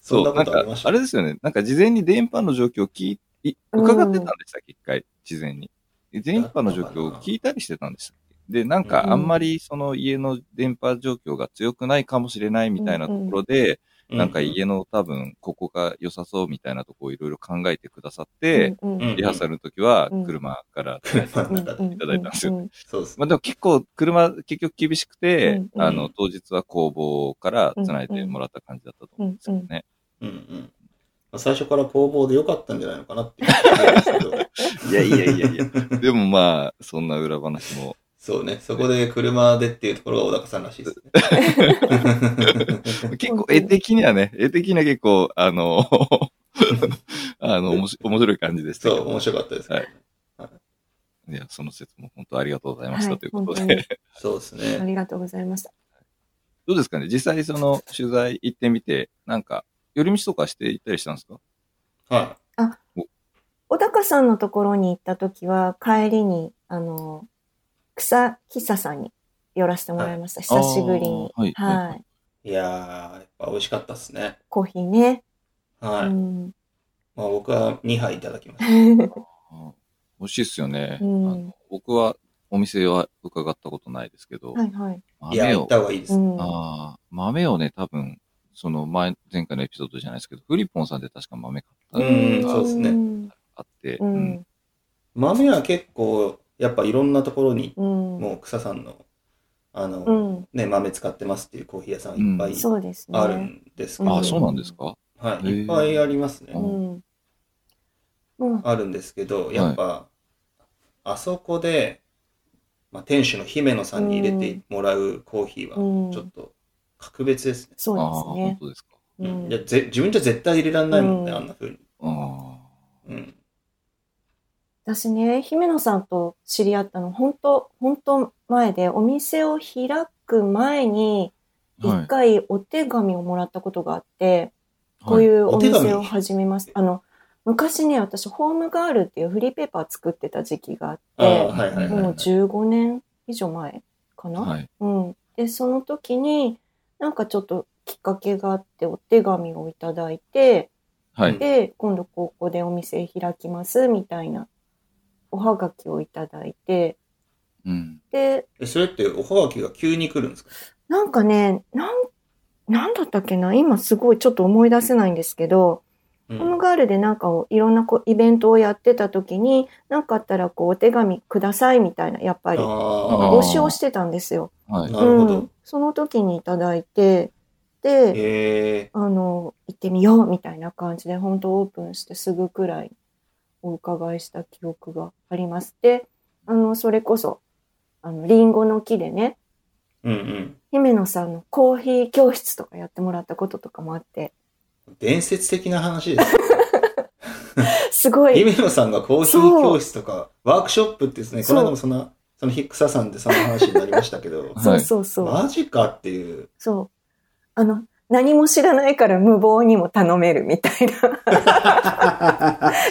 Speaker 2: そんな
Speaker 1: な
Speaker 2: こ
Speaker 1: ん
Speaker 2: とあ
Speaker 1: か
Speaker 2: りまし、た
Speaker 1: あ
Speaker 2: ね
Speaker 1: れですよね。なんか事前に電波の状況を聞いい、伺ってたんでしたっけ、一回、事前に。電波の状況を聞いたりしてたんでしたっけで、なん
Speaker 2: うん
Speaker 1: かあんまりその家の電波状況が強くないかもしれないみたいなところで、なんか家の多分ここが良さそうみたいなとこをいろいろ考えてくださって、
Speaker 3: うん
Speaker 2: うん
Speaker 1: リハーサルの時は車から。
Speaker 2: 車の中で。
Speaker 1: いただいたんですよ。
Speaker 3: う
Speaker 2: そうで す。
Speaker 1: まあでも結構車結局厳しくて、
Speaker 3: うんうん
Speaker 1: あの当日は工房から繋いでもらった感じだったと思うんですよね。
Speaker 2: うんうんまあ。最初から工房で良かったんじゃないのかなっていう気がするんですけ
Speaker 1: い
Speaker 2: ど。
Speaker 1: やいやいやいや。 でもまあ、そんな裏話 も。
Speaker 2: そうね。そこで車でっていうところが小高さんらしいです ね。
Speaker 1: 結構絵的にはね、絵的には結構、あ の、あの、おもし面白い感じでしたけ
Speaker 2: そ
Speaker 1: ど。
Speaker 2: う、面白かったですね。
Speaker 1: はいいや、その説も本当ありがとうございました、
Speaker 3: はい
Speaker 1: ということ
Speaker 3: 本当
Speaker 1: で。
Speaker 3: に
Speaker 2: そうです
Speaker 3: あ
Speaker 2: ね。
Speaker 3: りがとうございました。
Speaker 1: どうですかね実際その取材行ってみて、なんか、寄り道とかして行ったりしたんですか
Speaker 2: は
Speaker 3: 小高さんのところに行った時は、帰りに、あの、草喫茶さんに寄らせてもらいました。久しぶりに。
Speaker 1: あーはいはい
Speaker 3: はい。
Speaker 2: い。いやー、やっぱ美味しかったですね。
Speaker 3: コーヒーね。う
Speaker 2: はい。
Speaker 3: ん。
Speaker 2: まあ僕は2杯いただきました。
Speaker 1: あ美味しいっすよね、
Speaker 3: うん
Speaker 1: あの。僕はお店は伺ったことないですけど、
Speaker 3: はいはい。
Speaker 2: いや、
Speaker 1: 豆
Speaker 2: 行
Speaker 1: を
Speaker 2: っ、た方がいいです
Speaker 3: う。ん。
Speaker 1: ああ、豆をね、多分、その前、前回のエピソードじゃないですけど、フリポンさんで確か豆買ったの
Speaker 2: うん
Speaker 1: が
Speaker 2: そうですね
Speaker 3: ん
Speaker 1: あって、
Speaker 3: う
Speaker 1: うん
Speaker 3: ん。
Speaker 2: 豆は結構、やっぱいろんなところに、
Speaker 3: うん。
Speaker 2: もう草さんの、あの、
Speaker 3: うん。
Speaker 2: ね、豆使ってますっていうコーヒー屋さんいっぱい
Speaker 3: そうですね。
Speaker 2: あるんですけ
Speaker 3: うん
Speaker 1: あ
Speaker 2: ど、
Speaker 1: あ、そうなんですか
Speaker 2: はい、
Speaker 1: へー
Speaker 2: いっぱいありますね。
Speaker 3: うん。うん。
Speaker 2: あるんですけど、やっぱ、あそこで、まあ、店主の姫野さんに入れてもらうコーヒーは、
Speaker 3: うん
Speaker 2: ちょっと格別ですね。
Speaker 1: ああ、
Speaker 3: そうで
Speaker 1: 本当ですか。
Speaker 3: すね。
Speaker 2: いやぜ自分じゃ絶対入れられないもんね、
Speaker 3: うん
Speaker 2: あんな風に。
Speaker 1: あ
Speaker 2: うん。
Speaker 3: 私ね、姫野さんと知り合ったの、本当本当前で、お店を開く前に、
Speaker 1: あ、は
Speaker 3: 一回お手紙をもらったことがあって、こう
Speaker 1: う。
Speaker 3: いうお
Speaker 2: お手
Speaker 3: 店を
Speaker 2: 紙
Speaker 3: 始めます。あの、昔ね、私、ホームガールっていうフリーペーパー作ってた時期があっ
Speaker 2: ああ、
Speaker 3: て、
Speaker 2: はいはいはい、
Speaker 3: も
Speaker 2: は
Speaker 3: う
Speaker 2: い。
Speaker 3: 15年以上前かな、
Speaker 1: はい。
Speaker 3: うん。で、その時に、なんかちょっときっかけがあって、お手紙をいただいて、
Speaker 1: はい。
Speaker 3: で、今度ここでお店開きます、みたいな、おはがきをいただいて、
Speaker 1: うん。
Speaker 3: で、
Speaker 2: えそれっておはがきが急に来るんですか
Speaker 3: なんかね、なん、なんだったっけな今すごいちょっと思い出せないんですけど、
Speaker 2: うん
Speaker 3: ホームガールでなんかをいろんなこうイベントをやってた時に、なんかあったらこうお手紙くださいみたいな、やっぱり。
Speaker 2: あ
Speaker 1: ー
Speaker 3: 募集をしてたんですよ。
Speaker 1: は
Speaker 2: あ、
Speaker 1: い。
Speaker 2: なるほど。
Speaker 3: うん。その時にいただいて、で、
Speaker 2: へえ
Speaker 3: あの、行ってみようみたいな感じで、本当オープンしてすぐくらいお伺いした記憶があります。で、あの、それこそ、あの、リンゴの木でね、
Speaker 2: うん
Speaker 3: 姫野さんのコーヒー教室とかやってもらったこととかもあって、
Speaker 2: うん。伝説的な話です。
Speaker 3: すごい、
Speaker 2: 姫野さんがコーヒー教室とか、ワークショップってですね、こ
Speaker 3: そう
Speaker 2: の間もそんな、そのひくささんでその話になりましたけど、
Speaker 3: そうそうそう。
Speaker 2: マジかっていう。
Speaker 3: そう。あの、何も知らないから無謀にも頼めるみたいな。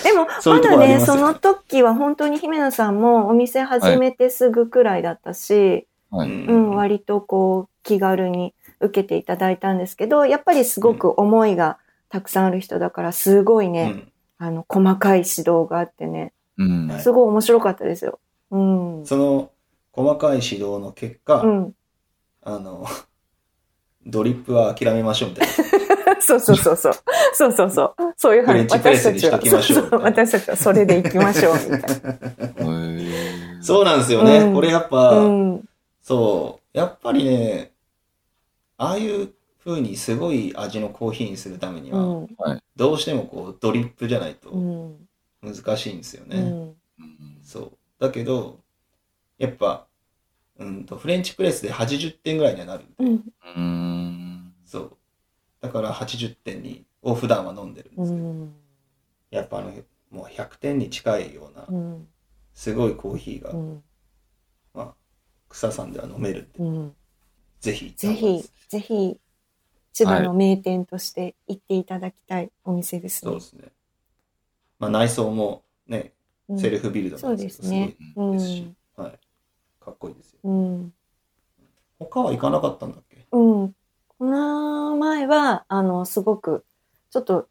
Speaker 3: でも、
Speaker 2: そういう
Speaker 3: ま
Speaker 2: とこ
Speaker 3: だ
Speaker 2: ろあり
Speaker 3: ね、
Speaker 2: ますよ
Speaker 3: そ
Speaker 2: ね
Speaker 3: の時は本当に姫野さんもお店始めてすぐくらいだったし、
Speaker 1: はい。
Speaker 3: うん、割とこう気軽に受けていただいたんですけど、やっぱりすごく思いがたくさんある人だから、すごいね、あの、細かい指導があってね、
Speaker 1: うん。
Speaker 2: はい
Speaker 3: すごい面白かったですよ。うん。
Speaker 2: うんその細かい指導の結果、
Speaker 3: うん。
Speaker 2: あの、 ドリップは諦めましょうみたいな。
Speaker 3: そうそうそうそう。そうそうそう。そういう
Speaker 2: フレ
Speaker 3: 話
Speaker 2: ン。チプレ
Speaker 3: 私
Speaker 2: ス
Speaker 3: た
Speaker 2: に
Speaker 3: ち
Speaker 2: し
Speaker 3: は
Speaker 2: と、きましょう
Speaker 3: そうそう私たちはそれで行きましょう、みたいな。
Speaker 1: へー
Speaker 2: そうなんですよね。
Speaker 3: うん
Speaker 2: これやっぱ、
Speaker 3: うん。
Speaker 2: そう。やっぱりね、ああいう風にすごい味のコーヒーにするために
Speaker 3: う
Speaker 2: は、
Speaker 3: ん。
Speaker 2: どうしてもこうドリップじゃないと
Speaker 3: うん。
Speaker 2: 難しいんですよ
Speaker 3: う
Speaker 2: ね。
Speaker 3: ん。
Speaker 1: うん
Speaker 2: そう。だけど、やっぱ、うんと、フレンチプレスで80点ぐらいにはなる。
Speaker 3: うん。
Speaker 1: うん。
Speaker 2: そう。だから80点に、を普段は飲んでるん
Speaker 3: う
Speaker 2: ですけど、
Speaker 3: ん。
Speaker 2: やっぱあの、もう100点に近いような
Speaker 3: う、ん。
Speaker 2: すごいコーヒーが、
Speaker 3: うん。
Speaker 2: まあ、草さんでは飲めるんで、
Speaker 3: うん。
Speaker 2: ぜひ行った
Speaker 3: ぜ
Speaker 2: 方がいいで
Speaker 3: ひ
Speaker 2: す。、
Speaker 3: ぜひ、千葉の名店として行っていただきたいお店です
Speaker 2: そう
Speaker 3: ね
Speaker 2: で。すね。まあ、内装もね、
Speaker 3: うん
Speaker 2: セルフビルドなんですけど、
Speaker 3: そうですね
Speaker 2: す
Speaker 3: う
Speaker 2: ごいですし
Speaker 3: ん。、
Speaker 2: はい。かっこいいですよ。
Speaker 3: うん。
Speaker 2: 他は行かなかったんだっけ
Speaker 3: うん。この前は、あの、すごく、ちょっと、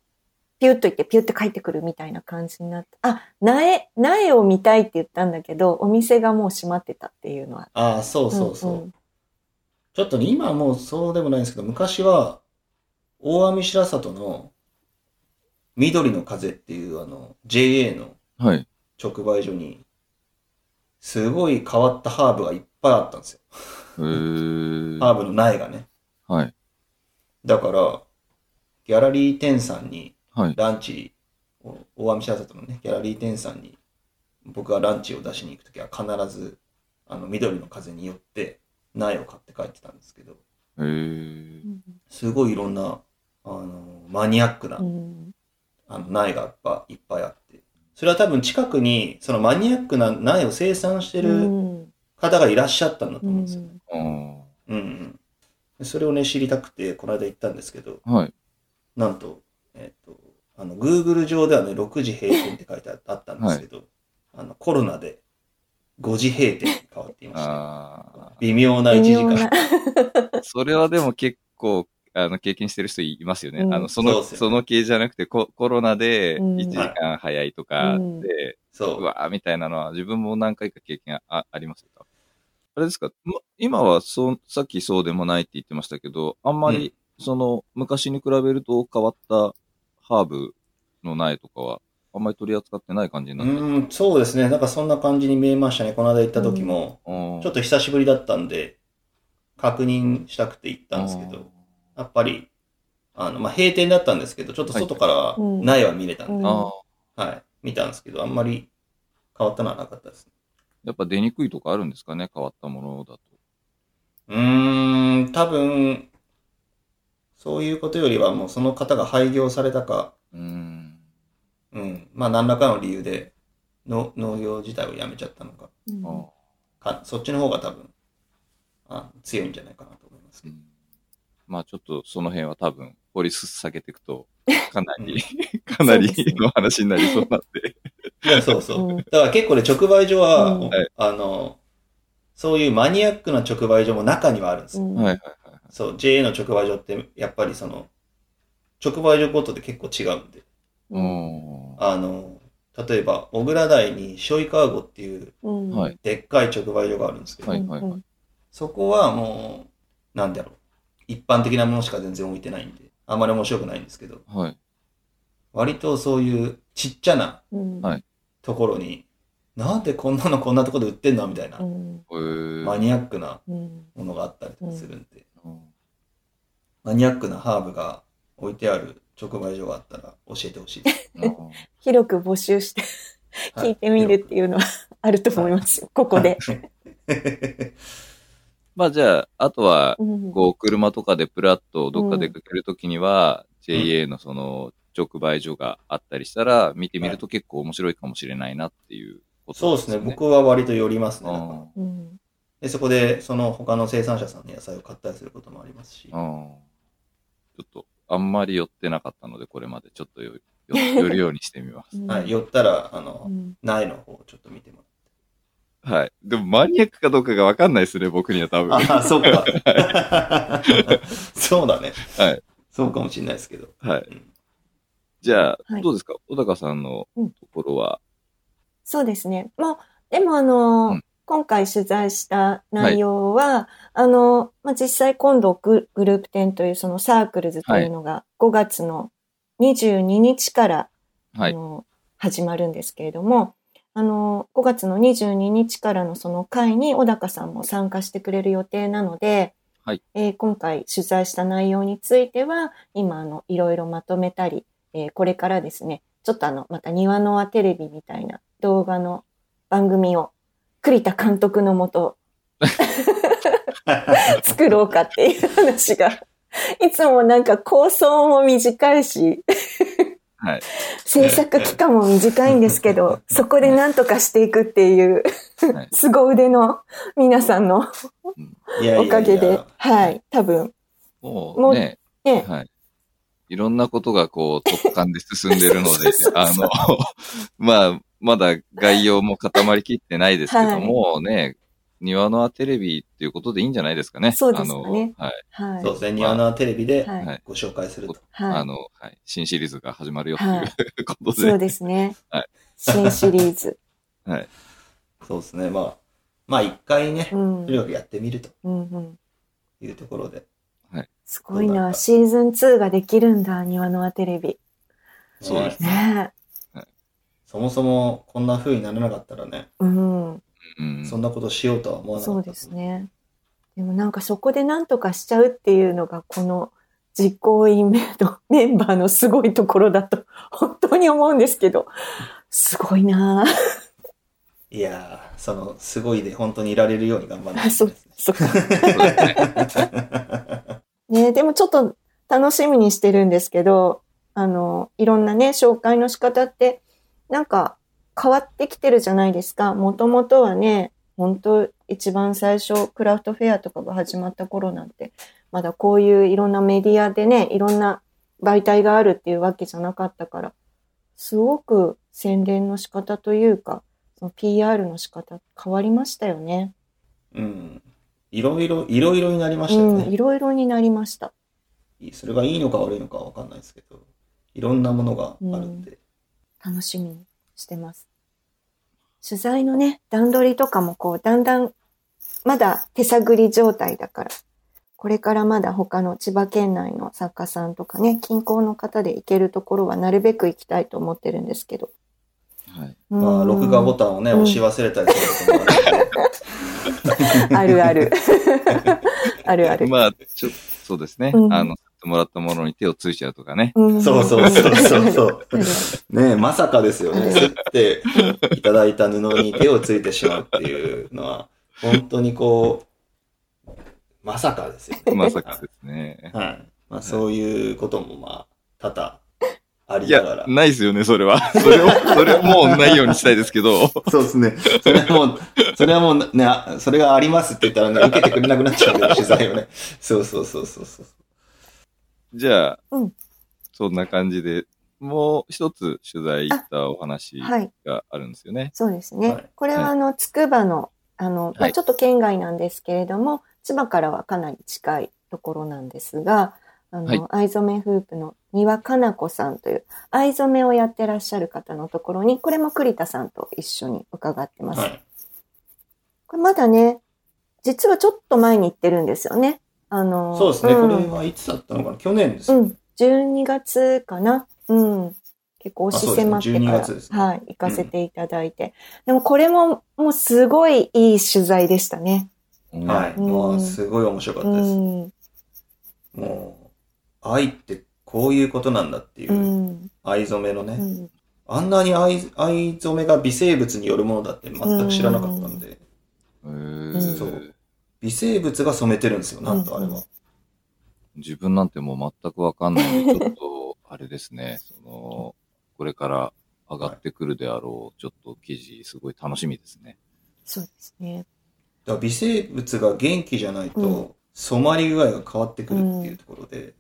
Speaker 3: ピュッと行って、ピュッて帰ってくるみたいな感じになった。あ、苗、苗を見たいって言ったんだけど、お店がもう閉まってたっていうのは。
Speaker 2: ああ、そうそうそう。
Speaker 3: んん
Speaker 2: ちょっとね、今はもうそうでもないんですけど、昔は、大網白里の緑の風っていうあの JA の
Speaker 1: はい。
Speaker 2: 直売所に、すごい変わったハーブがいっぱいあったんですよ。
Speaker 1: へー
Speaker 2: ハーブの苗がね。
Speaker 1: はい。
Speaker 2: だから、ギャラリー店さんに
Speaker 1: はい。
Speaker 2: ランチを、大網白里のね、ギャラリー店さんに、僕がランチを出しに行くときは必ず、あの緑の風によって苗を買って帰ってたんですけど、
Speaker 1: へー
Speaker 2: すごいいろんな、あの、マニアックな、
Speaker 3: うん。
Speaker 2: あの、苗がやっぱいっぱいあって。それは多分近くに、そのマニアックな苗を生産して
Speaker 3: う
Speaker 2: る
Speaker 3: ん。
Speaker 2: 方がいらっしゃったんだと
Speaker 3: う
Speaker 2: 思うんですよ。
Speaker 3: ん。
Speaker 1: あー
Speaker 2: うん、うんでそれをね、知りたくて、この間行ったんですけど、
Speaker 1: はい。
Speaker 2: なんと、えっ、と、あの、Google 上ではね、6時閉店って書いてああったんですけど、あの、コロナで5時閉店に変わっていました。
Speaker 1: あ
Speaker 2: 微妙な1
Speaker 3: 微
Speaker 2: 時
Speaker 3: 妙
Speaker 2: 間
Speaker 3: な。。
Speaker 1: あ。それはでも結構、あの、経験してる人いますよね。
Speaker 3: うん
Speaker 1: あの、そ
Speaker 2: そう
Speaker 1: の、
Speaker 2: っす
Speaker 1: そ
Speaker 2: よね
Speaker 1: の系じゃなくてコ、コロナで
Speaker 3: うん
Speaker 1: 1時間早いとかで、
Speaker 3: うん
Speaker 2: そうう。
Speaker 1: わーみたいなのは自分も何回か経験あありますよ。あれですか、ま今はそう、さっきそうでもないって言ってましたけど、あんまり、その、昔に比べると変わったハーブの苗とかは、あんまり取り扱ってない感じにな
Speaker 2: う
Speaker 1: ってる。
Speaker 2: ん、そうですね。なんかそんな感じに見えましたね。この間行った時も、ちょっ
Speaker 1: っ
Speaker 2: と久しぶりだったんで、確認したくて行ったんですけど、やっぱり、あの、まあ、閉店だったんですけど、ちょっと外からは
Speaker 3: うん
Speaker 2: 苗は見れたんで、
Speaker 3: うん
Speaker 1: あーあー、
Speaker 2: はい、見たんですけど、あんまり変わったのはなかったですね。
Speaker 1: やっぱ出にくいとかあるんですかね、変わったものだと。
Speaker 2: うーん、多分、そういうことよりはもうその方が廃業されたか、
Speaker 1: うーん。
Speaker 2: うん、まあ、何らかの理由で、の農業自体をやめちゃったのか、
Speaker 1: あー
Speaker 2: かそっちの方が多分、あ強いんじゃないかなと思います
Speaker 1: う
Speaker 2: けど。
Speaker 1: んまあちょっとその辺は多分、掘り下げていくと、かなり、 かなりの話になりそうなん で。
Speaker 2: いや、そうそう。
Speaker 3: うん
Speaker 2: だから結構ね、直売所は、
Speaker 3: うん
Speaker 1: はい
Speaker 2: あの、そういうマニアックな直売所も中にはあるんですよ。
Speaker 3: うん
Speaker 1: はいはいはい。
Speaker 2: そう、JA の直売所って、やっぱりその、直売所ごとで結構違うんで、
Speaker 1: うん
Speaker 2: あの、例えば、小倉台に塩井川郷っていう、
Speaker 3: うん
Speaker 1: はい。
Speaker 2: でっかい直売所があるんですけど、
Speaker 1: は
Speaker 3: う
Speaker 1: い
Speaker 3: ん
Speaker 1: はいはい
Speaker 2: そこはもう、なんだろう、一般的なものしか全然置いてないんで、あまり面白くないんですけど、
Speaker 1: はい。
Speaker 2: 割とそういうちっちゃな
Speaker 3: うん
Speaker 1: はい
Speaker 2: ところに、なんでこんなのこんなところで売ってんのみたいな
Speaker 3: う、ん
Speaker 1: へー
Speaker 2: マニアックな
Speaker 3: うん
Speaker 2: ものがあったりとかするんで、
Speaker 1: うん
Speaker 2: マニアックなハーブが置いてある直売所があったら教えてほしいです。
Speaker 1: あー
Speaker 3: 広く募集して
Speaker 2: は
Speaker 3: 聞いてみるって
Speaker 2: う。
Speaker 3: いうのはあると思いますよ、ここで。
Speaker 1: まあじゃあ、あとは、
Speaker 3: うん
Speaker 1: こう、車とかでプラッとどっか出かけるときには、
Speaker 2: ん
Speaker 1: JA のその、直売所があったりしたら、見てみると結構面白いかもしれないなっていうこと
Speaker 2: そうですね。僕は割と寄りますね。だから
Speaker 1: あ
Speaker 3: うん
Speaker 2: でそこで、その他の生産者さんの野菜を買ったりすることもありますし
Speaker 1: あ。。ちょっと、あんまり寄ってなかったので、これまでちょっとよ よ寄るようにしてみます。
Speaker 2: はい、寄ったら、あ
Speaker 3: う
Speaker 2: の、
Speaker 3: ん
Speaker 2: 苗の方をちょっと見ても
Speaker 1: はい。でも、マニアックかどうかがわかんないですね、僕には多分。
Speaker 2: らって。ああ、そうか。 そうだね。
Speaker 1: はい。
Speaker 2: そうかもしれないですけど。
Speaker 1: はい
Speaker 2: うん。
Speaker 1: じゃあ、
Speaker 3: はい
Speaker 1: どうですか小高さんのところは。
Speaker 3: そうですね。もう、でもあの、
Speaker 1: うん
Speaker 3: 今回取材した内容は、あの、まあ、実際今度ググループ展というそのサークルズというのが5月の22日から、
Speaker 1: はい
Speaker 3: あ。の始まるんですけれども、あの、5月の22日からのその会に小高さんも参加してくれる予定なので、
Speaker 1: はい
Speaker 3: えー今回取材した内容については、今、あの、いろいろまとめたり、えーこれからですね、ちょっとあの、また庭の輪テレビみたいな動画の番組を栗田監督のもと作ろうかっていう話が、 いつもなんか構想も短いし、
Speaker 1: はい。
Speaker 3: 制作期間も短いんですけど、 そこで何とかしていくっていう
Speaker 1: はい、
Speaker 3: 凄腕の皆さんの
Speaker 2: いやいやいや
Speaker 3: おかげで、はい、多分。
Speaker 1: も
Speaker 3: も
Speaker 1: う
Speaker 3: う
Speaker 1: ね、
Speaker 3: ね、
Speaker 1: はい。いろんなことがこう、突貫で進んでるの
Speaker 3: そ
Speaker 1: で
Speaker 3: うそうそう、
Speaker 1: あの、 まあ、まだ概要も固まりきってないですけども、ね、庭の輪テレビっていうことでいいんじゃないですかね。
Speaker 3: そうですかね
Speaker 1: あの、はい。
Speaker 3: はい
Speaker 2: そう、ですね、庭のテレビで
Speaker 3: はい
Speaker 1: はい
Speaker 2: ご紹介すると。
Speaker 1: あ
Speaker 3: は
Speaker 1: の、はい。新シリーズが始まるよって
Speaker 3: はい
Speaker 1: いう こと
Speaker 3: い、そう
Speaker 1: で。
Speaker 3: ですね
Speaker 1: はい。
Speaker 3: 新シリーズ。
Speaker 1: はい。
Speaker 2: そうですね、まあ、まあ一回ね
Speaker 3: う、ん、
Speaker 2: と
Speaker 3: う
Speaker 2: に
Speaker 3: ん、
Speaker 2: かくやってみると
Speaker 3: うん。
Speaker 2: いうところで。
Speaker 3: すごい
Speaker 2: どうだっ
Speaker 3: な。
Speaker 2: た
Speaker 3: シーズン2ができるんだ、庭の輪テレビ。
Speaker 1: そうです
Speaker 2: ね
Speaker 3: ね
Speaker 2: そもそもこんな風にならなかったらね、
Speaker 3: え。うん。
Speaker 1: うん。
Speaker 2: そんなことしようとは思わなか
Speaker 3: そ
Speaker 2: った。
Speaker 3: うです。ね。でもなんかそこで何とかしちゃうっていうのがこの実行委員メンバー メンバーのすごいところだと本当に思うんですけど、すごいなぁ。
Speaker 2: いやー、その、すごいで本当にいられるように頑張らない
Speaker 3: あ
Speaker 2: と
Speaker 3: そ
Speaker 2: で
Speaker 3: う
Speaker 2: すね。
Speaker 3: そうか。
Speaker 1: そうですね。
Speaker 3: ね、でもちょっと楽しみにしてるんですけど、あの、いろんなね、紹介の仕方って、なんか変わってきてるじゃないですか。もともとはね、本当一番最初、クラフトフェアとかが始まった頃なんて、まだこういういろんなメディアでね、いろんな媒体があるっていうわけじゃなかったから、すごく宣伝の仕方というか、その PR の仕方変わりましたよね。
Speaker 2: うん。いろいろ、いろいろになりましたよ
Speaker 3: うん、い
Speaker 2: ね。
Speaker 3: ろいろになりました。
Speaker 2: それがいいのか悪いのかわかんないですけど、いろんなものがあるんで。
Speaker 3: 楽しみにしてます。取材のね、段取りとかもこう、だんだん、まだ手探り状態だから、これからまだ他の千葉県内の作家さんとかね、近郊の方で行けるところはなるべく行きたいと思ってるんですけど。
Speaker 1: はい。
Speaker 2: まあ、録画ボ
Speaker 3: タ
Speaker 2: タンをね、
Speaker 3: うん
Speaker 2: 押し忘れたりすることもあるんで。
Speaker 3: ン。あるある。 ある ある。
Speaker 1: まあ、ちょっと、そうですね。
Speaker 3: うん
Speaker 1: あの、買ってもらったものに手をついちゃうとか ね。
Speaker 3: う ん
Speaker 2: そうそうそうそうそう
Speaker 3: あるある。
Speaker 2: ねえ、まさかですよ
Speaker 3: う
Speaker 2: ね。
Speaker 3: ん
Speaker 2: 吸っていただいた布に手をついてしまうっていうのは、本当にこう、まさかですよね。
Speaker 1: まさかですね。
Speaker 2: はい。まあ、そういうことも、まあ、多々あり
Speaker 1: い
Speaker 2: な
Speaker 1: や
Speaker 2: がら、。
Speaker 1: ないですよね、それは。 それを、それはもうないようにしたいですけど。
Speaker 2: そうですね。それはもう、それはもうね、あそれがありますって言ったらね、受けてくれなくなっちゃうけど、取材をね。そうそうそうそうそう。
Speaker 1: じゃあ、
Speaker 3: うん
Speaker 1: そんな感じで、もう一つ取材行ったお話
Speaker 3: はい。
Speaker 1: があるんですよね。
Speaker 3: そうですね。
Speaker 2: はい
Speaker 3: これはあの、つくばの、あの、ま
Speaker 1: は
Speaker 3: あ、
Speaker 1: い
Speaker 3: ちょっと県外なんですけれども、千葉からはかなり近いところなんですが、あの、
Speaker 1: はい
Speaker 3: 藍染めフープの庭かな子さんという、藍染めをやってらっしゃる方のところに、これも栗田さんと一緒に伺ってます。
Speaker 2: はい。
Speaker 3: これまだね、実はちょっと前に行ってるんですよね。あの、
Speaker 2: そうですね。こ
Speaker 3: ん
Speaker 2: れはいつだったのかな去年です
Speaker 3: う
Speaker 2: よね。
Speaker 3: ん、12月かな。うん。結構押し迫ってか
Speaker 2: あそうで
Speaker 3: ら、
Speaker 2: すね12月ですね
Speaker 3: はい、行かせていただいて。でもこれも、もうすごいいい取材でしたね。
Speaker 2: は
Speaker 1: う
Speaker 2: い。
Speaker 3: うん
Speaker 2: もう、すごい面白かった
Speaker 3: う
Speaker 2: です。
Speaker 3: ん。
Speaker 2: もう、愛ってこういうことなんだっていうう、
Speaker 3: ん。
Speaker 2: 藍染めの
Speaker 3: う
Speaker 2: ね。
Speaker 3: ん
Speaker 2: あんなに藍、藍染めが微生物によるものだって全く知らなかったんで、
Speaker 1: ん。へー
Speaker 2: そう微生物が染めてるんですよ、なんとあれ
Speaker 3: うん
Speaker 2: は。
Speaker 1: 自分なんてもう全くわかんないんで、ちょっと、あれです ね、その、これから上がってくるであろう、ちょっと記事、すごい楽しみですね。
Speaker 3: そうですね。
Speaker 2: だから微生物が元気じゃないうと、染まり具合が変わってくるっていうところで、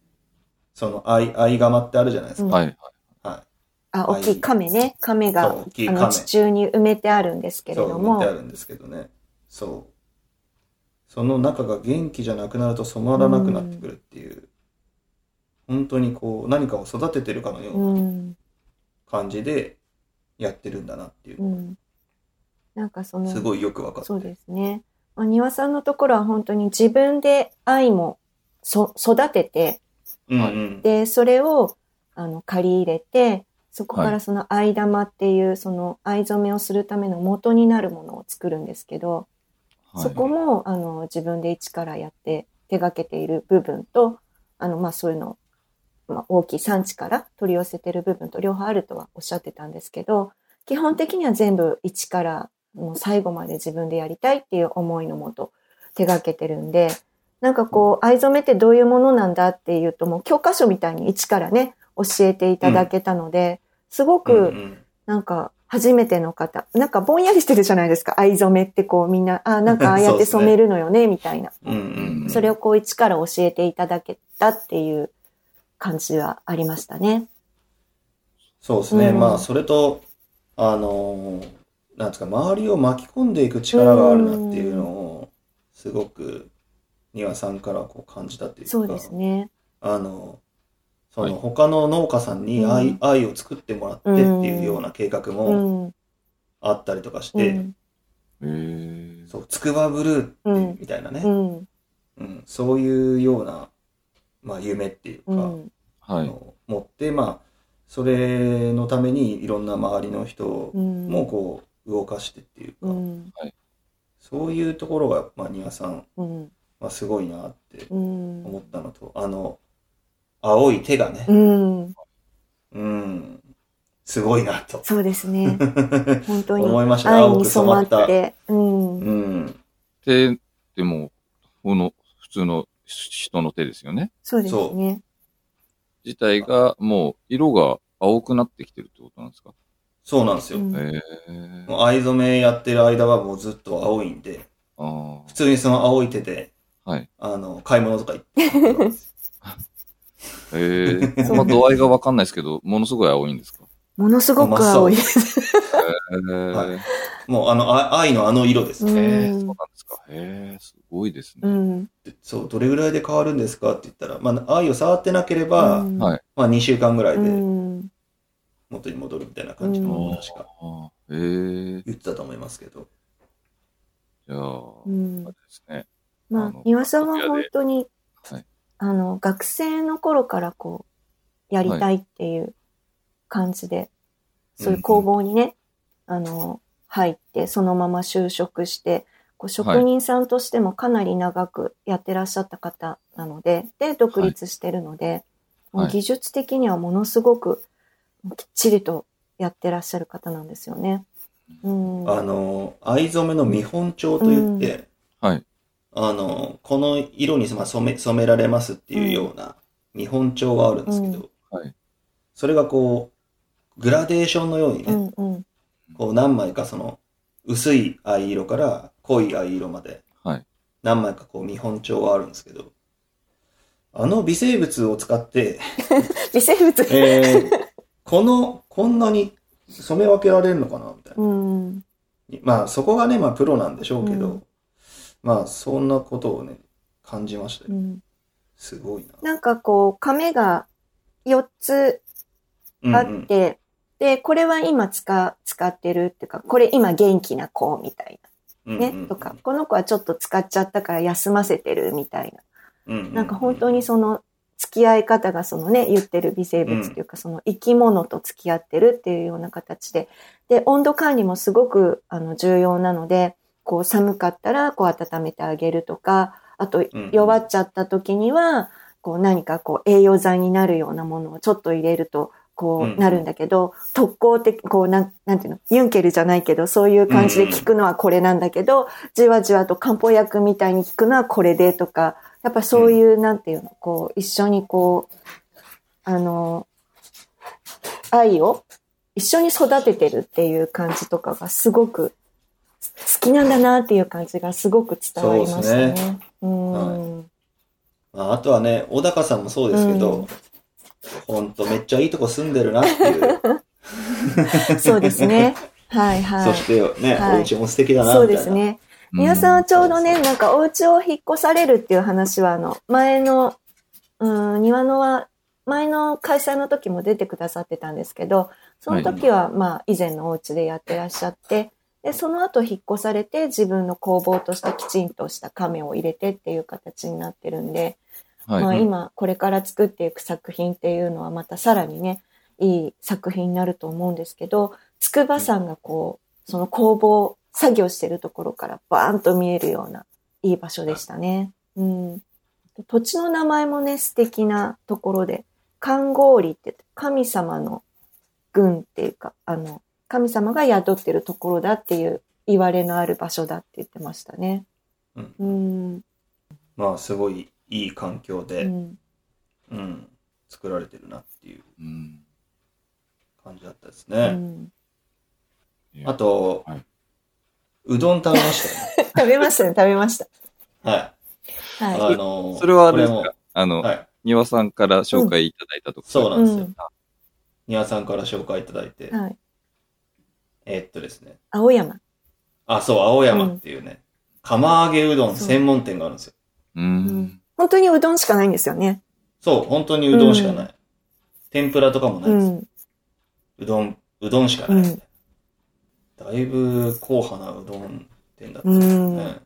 Speaker 2: その藍、藍釜ってあるじゃないです
Speaker 3: うん
Speaker 2: か。
Speaker 1: はい。
Speaker 2: は
Speaker 3: あ、
Speaker 2: はい
Speaker 3: 大きい亀ね。亀が、
Speaker 2: そ
Speaker 3: あ
Speaker 2: う
Speaker 3: の
Speaker 2: 大きい、亀
Speaker 3: 地中に埋めてあるんです
Speaker 2: い。
Speaker 3: けれ
Speaker 2: そ
Speaker 3: ど
Speaker 2: う、塗ってあ
Speaker 3: も。
Speaker 2: るんですけどね。そう。その中が元気じゃなくなると染まらなくなってくるっていう、本当にこう、何かを育ててるかのような
Speaker 3: うん。
Speaker 2: 感じでやってるんだなっていう
Speaker 3: う、ん。なんかその、
Speaker 2: すごいよく分かって
Speaker 3: そうですね。まあ、庭さんのところは本当に自分で愛もそ育てて、
Speaker 2: うんうん
Speaker 3: で、それを、あの、借り入れて、そこからその藍玉っていう、その藍染めをするための元になるものを作るんですけど、
Speaker 1: はい
Speaker 3: そこも、あの、自分で一からやって手掛けている部分と、あの、まあ、そういうのを、まあ、大きい産地から取り寄せてる部分と両方あるとはおっしゃってたんですけど、基本的には全部一からもう最後まで自分でやりたいっていう思いのもと手掛けてるんで、なんかこう、藍染めってどういうものなんだっていうと、もう教科書みたいに一からね、教えていただけたので、すごく、
Speaker 2: うん
Speaker 3: なんか、初めての方、なんかぼんやりしてるじゃないですか。藍染めってこうみんな、あなんかああやって染めるのよね、みたいな。
Speaker 2: うんうんうん
Speaker 3: それをこう一から教えていただけたっていう感じはありましたね。
Speaker 2: そうですね、
Speaker 3: うん
Speaker 2: まあそれとあのーなんですか周りを巻き込んでいく力があるなっていうのをすごく丹羽さんからこう感じたっていうか
Speaker 3: そうですね。
Speaker 2: あのその
Speaker 1: はい
Speaker 2: 他の農家さんに
Speaker 3: うん
Speaker 2: 愛,、愛を作ってもらってっていうような計画
Speaker 3: う
Speaker 2: も
Speaker 3: ん。
Speaker 2: あったりとかし
Speaker 3: う
Speaker 2: て、
Speaker 3: ん。
Speaker 1: えー、
Speaker 2: そうつくばブル
Speaker 3: う
Speaker 2: ー
Speaker 3: ん。
Speaker 2: みたいなね、
Speaker 3: うん。
Speaker 2: うん、そういうような、まあ、夢っていうか、
Speaker 3: うん。
Speaker 1: は
Speaker 2: あ
Speaker 1: い。
Speaker 2: の持って、まあ、それのためにいろんな周りの人
Speaker 3: うん。
Speaker 2: もこう動かしてっていうか、
Speaker 3: うん。
Speaker 2: そういうところが、まあ、庭さん
Speaker 3: うん。
Speaker 2: はすごいなって
Speaker 3: うん。
Speaker 2: 思ったのと、あの青い手がね
Speaker 3: う、ん。
Speaker 2: うんすごいなと
Speaker 3: そうです ね。本当に。
Speaker 2: 思いましたね
Speaker 3: 愛
Speaker 2: 青
Speaker 3: に
Speaker 2: く染
Speaker 3: 染
Speaker 2: ま
Speaker 3: ま
Speaker 2: っ。
Speaker 3: ったて。うん。
Speaker 2: うん、
Speaker 1: 手でも、この普通の人の手ですよね。
Speaker 3: そうですね。
Speaker 1: 自体がもう色が青くなってきてるってことなんですか、
Speaker 2: そうなんですよ。
Speaker 3: うん
Speaker 1: えー、
Speaker 2: もう藍染めやってる間はもうずっと青いんで、
Speaker 1: あ
Speaker 2: 普通にその青い手で、
Speaker 1: あ、はい。
Speaker 2: あの、買い物とか行ってます
Speaker 1: えー、
Speaker 3: そう
Speaker 1: まあ度合いがわかんないですけど、ものすごい青いんですか
Speaker 3: ものすごく青いです。
Speaker 1: えー
Speaker 2: はいもうあの、あ愛のあの色です
Speaker 3: う
Speaker 2: ね。
Speaker 1: えーそうなん
Speaker 3: ん
Speaker 1: ですか。えー、すごいです
Speaker 3: う
Speaker 1: ね。
Speaker 3: ん。
Speaker 2: そう、どれぐらいで変わるんですかって言ったら、まあ、愛を触ってなければ、
Speaker 3: うん
Speaker 1: はい
Speaker 2: まあ2週間ぐらいうで
Speaker 3: ん。
Speaker 2: 元に戻るみたいな感じ
Speaker 1: あ
Speaker 2: の、
Speaker 3: うん
Speaker 2: 確か
Speaker 1: あー、えー、
Speaker 2: 言ってたと思いますけど。
Speaker 1: じゃあ、
Speaker 3: うん
Speaker 1: あれですね。
Speaker 3: ま
Speaker 1: あ
Speaker 3: あ
Speaker 1: の、
Speaker 3: 庭さんは本当に、
Speaker 1: はい
Speaker 3: あの、学生の頃からこう、やりたいっていう感じで、そういう工房にね、あの、入って、そのまま就職して、こう職人さんとしてもかなり長くやってらっしゃった方なので、で、独立してるので、もう技術的にはものすごくきっちりとやってらっしゃる方なんですよね。うん。
Speaker 2: あの、藍染めの見本帳といって、
Speaker 1: はい。
Speaker 2: あの、この色にまあ染め、染められますっていうような見本帳があるんですけど、
Speaker 1: うんはい
Speaker 2: それがこう、グラデーションのようにね、
Speaker 3: うんうん。
Speaker 2: こう何枚かその薄い藍色から濃い藍色まで
Speaker 1: はい。
Speaker 2: 何枚かこう見本帳があるんですけど、あの微生物を使って、
Speaker 3: 微生物。
Speaker 2: えーこの、こんなに染め分けられるのかなみたいな。
Speaker 3: うん。
Speaker 2: まあそこがね、まあプロなんでしょうけど、
Speaker 3: うん
Speaker 2: まあそんなことをね、感じました
Speaker 3: う
Speaker 2: よ。
Speaker 3: ん
Speaker 2: すごいな。
Speaker 3: なんかこう、亀が4つあって、
Speaker 2: うん
Speaker 3: で、これは今使、使ってるっていうか、これ今元気な子みたい
Speaker 2: うん
Speaker 3: な
Speaker 2: うんうんう
Speaker 3: ね、
Speaker 2: ん
Speaker 3: とか、この子はちょっと使っちゃったから休ませてるみたいな。
Speaker 2: うう
Speaker 3: なんか本当にその、付き合い方がそのね、言ってる微生物っていうか、その生き物と付き合ってるっていうような形で、で、温度管理もすごく、あの、重要なので、こう寒かったら、こう温めてあげるとか、あと
Speaker 2: うん
Speaker 3: 弱っちゃった時には、こう何かこう栄養剤になるようなものをちょっと入れると、こ
Speaker 2: うん
Speaker 3: うなるんだけど、特攻的、こうなん、なんていうの、ユンケルじゃないけど、そういう感じで効くのはこれなんだけど、じわじわと漢方薬みたいに効くのはこれでとか、やっぱそういう、なんていうの、こう、一緒にこう、あの、愛を一緒に育ててるっていう感じとかがすごく好きなんだなっていう感じがすごく伝わりました
Speaker 2: そうです
Speaker 3: ね。うん
Speaker 2: まあ、あとはね、小高さんもそうですけど、ほんとめっちゃいいとこ住んでるなっていう。
Speaker 3: そうですね。はいは
Speaker 2: そ
Speaker 3: い。
Speaker 2: してね、
Speaker 3: はい
Speaker 2: お家も素敵だなみたいな。
Speaker 3: そうですね。皆さんはちょうどね、なんかお家を引っ越されるっていう話は、あの、前の、うん、庭のは、前の開催の時も出てくださってたんですけど、その時は、まあ、以前のお家でやってらっしゃって、で、その後引っ越されて、自分の工房としたきちんとした亀を入れてっていう形になってるんで、
Speaker 1: うん、は
Speaker 3: まあ、
Speaker 1: い。
Speaker 3: 今これから作っていく作品っていうのはまたさらにねいい作品になると思うんですけど、筑波山がこう、その工房、作業してるところからバーンと見えるような、いい場所でしたね。うん。土地の名前もね、素敵なところで、寒氷って言って神様の軍っていうか、あの、神様が宿ってるところだっていう、言われのある場所だって言ってましたね。
Speaker 2: うん
Speaker 3: うん。
Speaker 2: まあすごいいい環境で、う
Speaker 3: う
Speaker 2: ん
Speaker 3: ん。
Speaker 2: 作られてるなっていう
Speaker 1: うん。
Speaker 2: 感じだったです
Speaker 3: う
Speaker 2: ね、
Speaker 3: ん
Speaker 2: あと、
Speaker 1: はいう
Speaker 2: どん食べましたよね
Speaker 3: 食べましたね、 食べました。
Speaker 2: はい
Speaker 3: は
Speaker 2: あ
Speaker 3: い。
Speaker 2: のー
Speaker 1: それはあれです
Speaker 2: こ
Speaker 1: かあの、
Speaker 2: もはい
Speaker 1: 庭さんから紹介いただいたとこ
Speaker 2: そうなんですよ、
Speaker 3: うん
Speaker 2: 庭さんから紹介いただいて、
Speaker 3: はい。
Speaker 2: えっとですね
Speaker 3: 青山。
Speaker 2: あそう青山っていうね、釜揚げうどん専門店があるんですよ
Speaker 1: うん
Speaker 3: うん本当にうどんしかないんですよね。
Speaker 2: そう本当にうどんしかない、天ぷらとかもないうです、
Speaker 3: ん。
Speaker 2: うどんうどんしかないですね、だいぶ硬派なうどん店だった
Speaker 3: う。
Speaker 2: うんん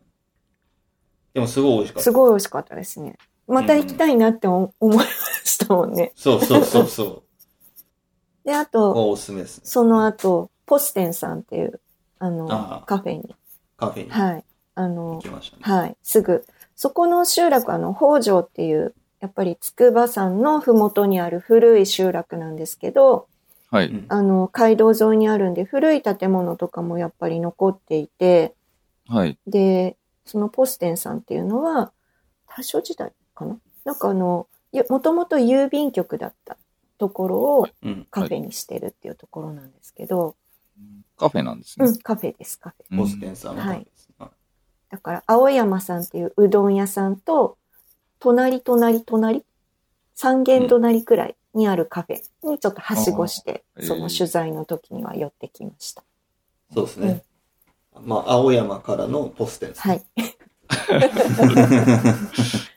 Speaker 2: でもすごい美味しかった
Speaker 3: す。ごい美味しかったですね。また行きたいなって思思いましたもんね。
Speaker 2: そうそう そうそう。
Speaker 3: で、あ、
Speaker 2: ことこおすすめですね。
Speaker 3: その後、ポステンさんっていう、あの、
Speaker 2: ああ
Speaker 3: カフェに、
Speaker 2: カフェに
Speaker 3: はい。あ
Speaker 2: 行
Speaker 3: の、
Speaker 2: きましたね。
Speaker 3: はい、すぐ。そこの集落、あの、北条っていう、やっぱり筑波山のふもとにある古い集落なんですけど、
Speaker 1: は
Speaker 2: う
Speaker 1: い。
Speaker 2: ん
Speaker 3: あの、街道沿いにあるんで、古い建物とかもやっぱり残っていて、
Speaker 1: はい。
Speaker 3: で、そのポステンさんっていうのは、大正時代かななんかあの、もともと郵便局だったところを
Speaker 2: うん。
Speaker 3: カフェにしてるっていうところなんですけど、
Speaker 1: カフェなんです
Speaker 3: う
Speaker 1: ね
Speaker 3: ん、。カフェです、カフェ。
Speaker 1: うん
Speaker 2: ボスケンさんのカフェですね。あ
Speaker 3: だから、青山さんっていううどん屋さんと、隣隣隣、三軒隣くらいにあるカフェにちょっとはしごして、
Speaker 1: あー
Speaker 3: その取材の時には寄ってきました。
Speaker 2: そうですね。まあ、青山からのポステン です
Speaker 3: は
Speaker 2: ね。
Speaker 3: い。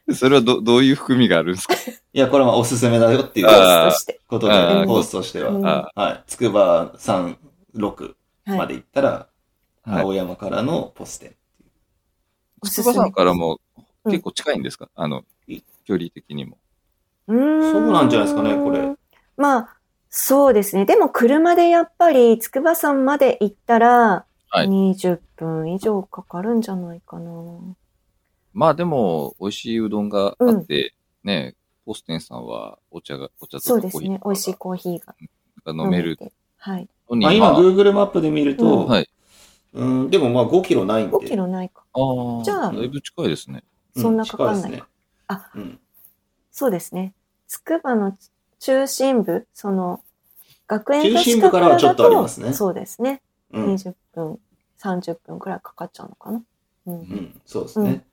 Speaker 2: い。
Speaker 1: それはど、どういう含みがあるんですか
Speaker 2: や、これはおすすめだよっていう
Speaker 3: コ
Speaker 1: あ
Speaker 3: ースとして。
Speaker 2: こと
Speaker 1: あ
Speaker 2: で
Speaker 1: ー、
Speaker 2: コースとして
Speaker 3: うん
Speaker 2: は。
Speaker 1: あ
Speaker 2: はい。つくば3、6ま
Speaker 3: はい。
Speaker 2: で行ったら、
Speaker 1: はい
Speaker 2: 青山からのポステン。
Speaker 3: おす
Speaker 1: 筑波
Speaker 3: すめ
Speaker 1: 山からも
Speaker 3: うん
Speaker 1: 結構近いんですか、あの
Speaker 2: い、
Speaker 1: 距離的にも。
Speaker 3: うー
Speaker 2: そうなんじゃないですかねこれ。
Speaker 3: まあ、そうですね。でも車でやっぱり筑波山まで行ったら、
Speaker 1: はい
Speaker 3: 20分以上かかるんじゃないかな。
Speaker 1: まあでも、美味しいうどんがあって、ね、ポステンさんはお茶が、お茶
Speaker 3: そ
Speaker 1: と
Speaker 3: う
Speaker 1: か
Speaker 3: で
Speaker 1: コー
Speaker 3: す
Speaker 1: ヒー
Speaker 3: ね。美味しい
Speaker 1: と
Speaker 3: コーヒーが
Speaker 1: かが
Speaker 3: 飲
Speaker 1: 飲め
Speaker 3: め
Speaker 1: る
Speaker 3: て。はい。
Speaker 1: のに、
Speaker 2: まあ、今、
Speaker 1: ま
Speaker 2: Google マップで見る
Speaker 1: あ、
Speaker 2: と、
Speaker 1: はい。
Speaker 2: うん、でもまあ5キロないんで。
Speaker 3: 5キロないか。
Speaker 1: ああ、
Speaker 3: じゃあ
Speaker 1: だいぶ近いですね。
Speaker 2: う
Speaker 3: そんなかかんない
Speaker 2: 近ですね
Speaker 3: あ
Speaker 2: うん。
Speaker 3: そうですね。筑波の中心部、その、学園
Speaker 2: 中心部からはちょっとありますね
Speaker 3: そうですね。
Speaker 2: うん。
Speaker 3: 20分、30分くらいかかっちゃうのかな。うん。
Speaker 2: うん。そうですね。
Speaker 3: うん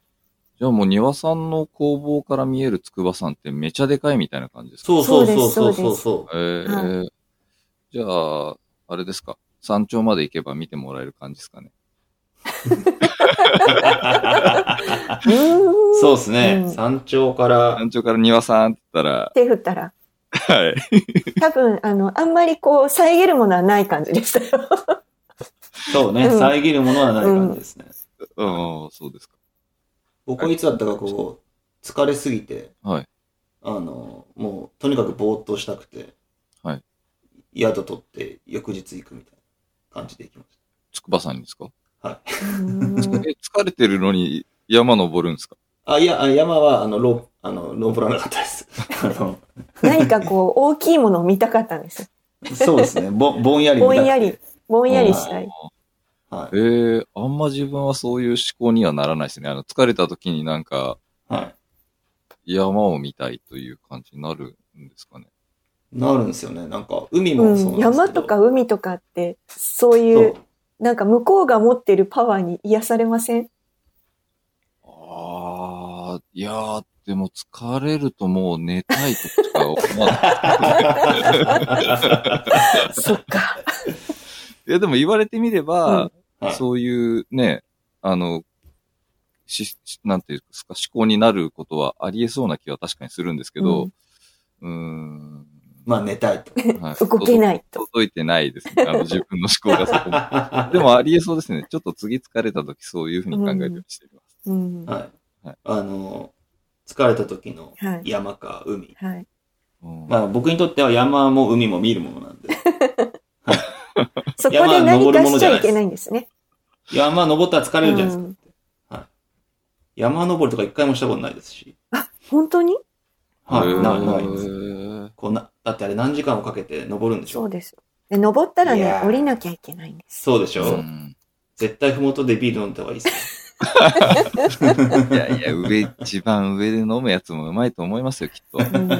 Speaker 1: じゃあもう庭さんの工房から見える筑波山ってめちゃでかいみたいな感じですか
Speaker 2: そうそうそう
Speaker 3: そ
Speaker 2: そうう
Speaker 3: です
Speaker 2: そうそう。
Speaker 1: ええじゃあ、あれですか。山頂まで行けば見てもらえる感じですかね。
Speaker 3: そ
Speaker 2: そうですね、
Speaker 3: うん
Speaker 2: 山頂から、
Speaker 1: 山頂から庭さんって言ったら、
Speaker 3: 手振ったら、
Speaker 1: はい。
Speaker 3: 多分、あの、あんまりこう、遮るものはない感じでしたよ。
Speaker 2: そうね、
Speaker 3: うん
Speaker 2: 遮るものはない感じですね。
Speaker 1: ああ、そうですか。
Speaker 2: 僕はいつだったかこう、疲れすぎて、
Speaker 1: はい。
Speaker 2: あの、もう、とにかくぼーっとしたくて、
Speaker 1: はい。
Speaker 2: 宿取って、翌日行くみたいな感じで行きまし
Speaker 1: 筑波山にですか、
Speaker 3: うん
Speaker 1: え、疲れてるのに山登るんですか
Speaker 2: た。あ、いや、あ山は、あの、ロー、あの、登らなかったです。 あの、
Speaker 3: 何かこう、大きいものを見たかったんですよ。
Speaker 2: そうですね、ぼ、ぼんやり 見
Speaker 3: ぼ
Speaker 2: たくて
Speaker 3: んやり。、ぼんやりしたい。
Speaker 2: は
Speaker 1: ええあんま自分はそういう思考にはならないですね。あの、疲れた時になんか
Speaker 2: い。はい。
Speaker 1: 山を見たいという感じになるんですかね。
Speaker 2: なるんですよね。なんか、海もそうなんです
Speaker 3: う
Speaker 2: け
Speaker 3: ん、
Speaker 2: ど、
Speaker 3: 山とか海とかって、そう
Speaker 2: そ
Speaker 3: いう
Speaker 2: う、
Speaker 3: なんか向こうが持ってるパワーに癒されません
Speaker 1: ああ、いやー、でも疲れるともう寝たいとしか思わ ない。
Speaker 3: そっか。
Speaker 1: いや、でも言われてみれば、
Speaker 2: はい
Speaker 1: そういうね、あの、し、しなんていうんですか、思考になることはありえそうな気は確かにするんですけど、うーん、
Speaker 2: まあ、寝たい と。
Speaker 1: はい
Speaker 3: 動けないと。
Speaker 1: 届いてないですね。あの、自分の思考がそこまででもありえそうですね。ちょっと次疲れた時そういうふうに考えてるようにしています。
Speaker 3: うん。は
Speaker 2: はい
Speaker 1: はい。
Speaker 2: あの、疲れた時の
Speaker 3: い。
Speaker 2: 山か海
Speaker 3: はい。
Speaker 1: うん
Speaker 2: まあ僕にとっては山も海も見るもの なんで。
Speaker 3: そこで何かしちゃいけないんですね。
Speaker 2: 山登ったら疲れるじゃないですか。
Speaker 3: うん
Speaker 2: 山登りとか一回もしたことないですし。
Speaker 3: 本当に
Speaker 2: はい。な
Speaker 1: へー
Speaker 2: ないです。こうな、だってあれ何時間もかけて登るんでし
Speaker 3: そ
Speaker 2: ょ
Speaker 3: うですよ。で、登ったら
Speaker 2: い
Speaker 3: ね
Speaker 2: や、ー
Speaker 3: 降りなきゃいけないんです。
Speaker 2: そうでし
Speaker 1: う
Speaker 2: ょ、
Speaker 1: ん
Speaker 2: 絶対ふもとでビール飲んだ方がいいです
Speaker 1: いやいや、上、一番上で飲むやつもうまいと思いますよ、きっと。
Speaker 3: うん、
Speaker 1: 僕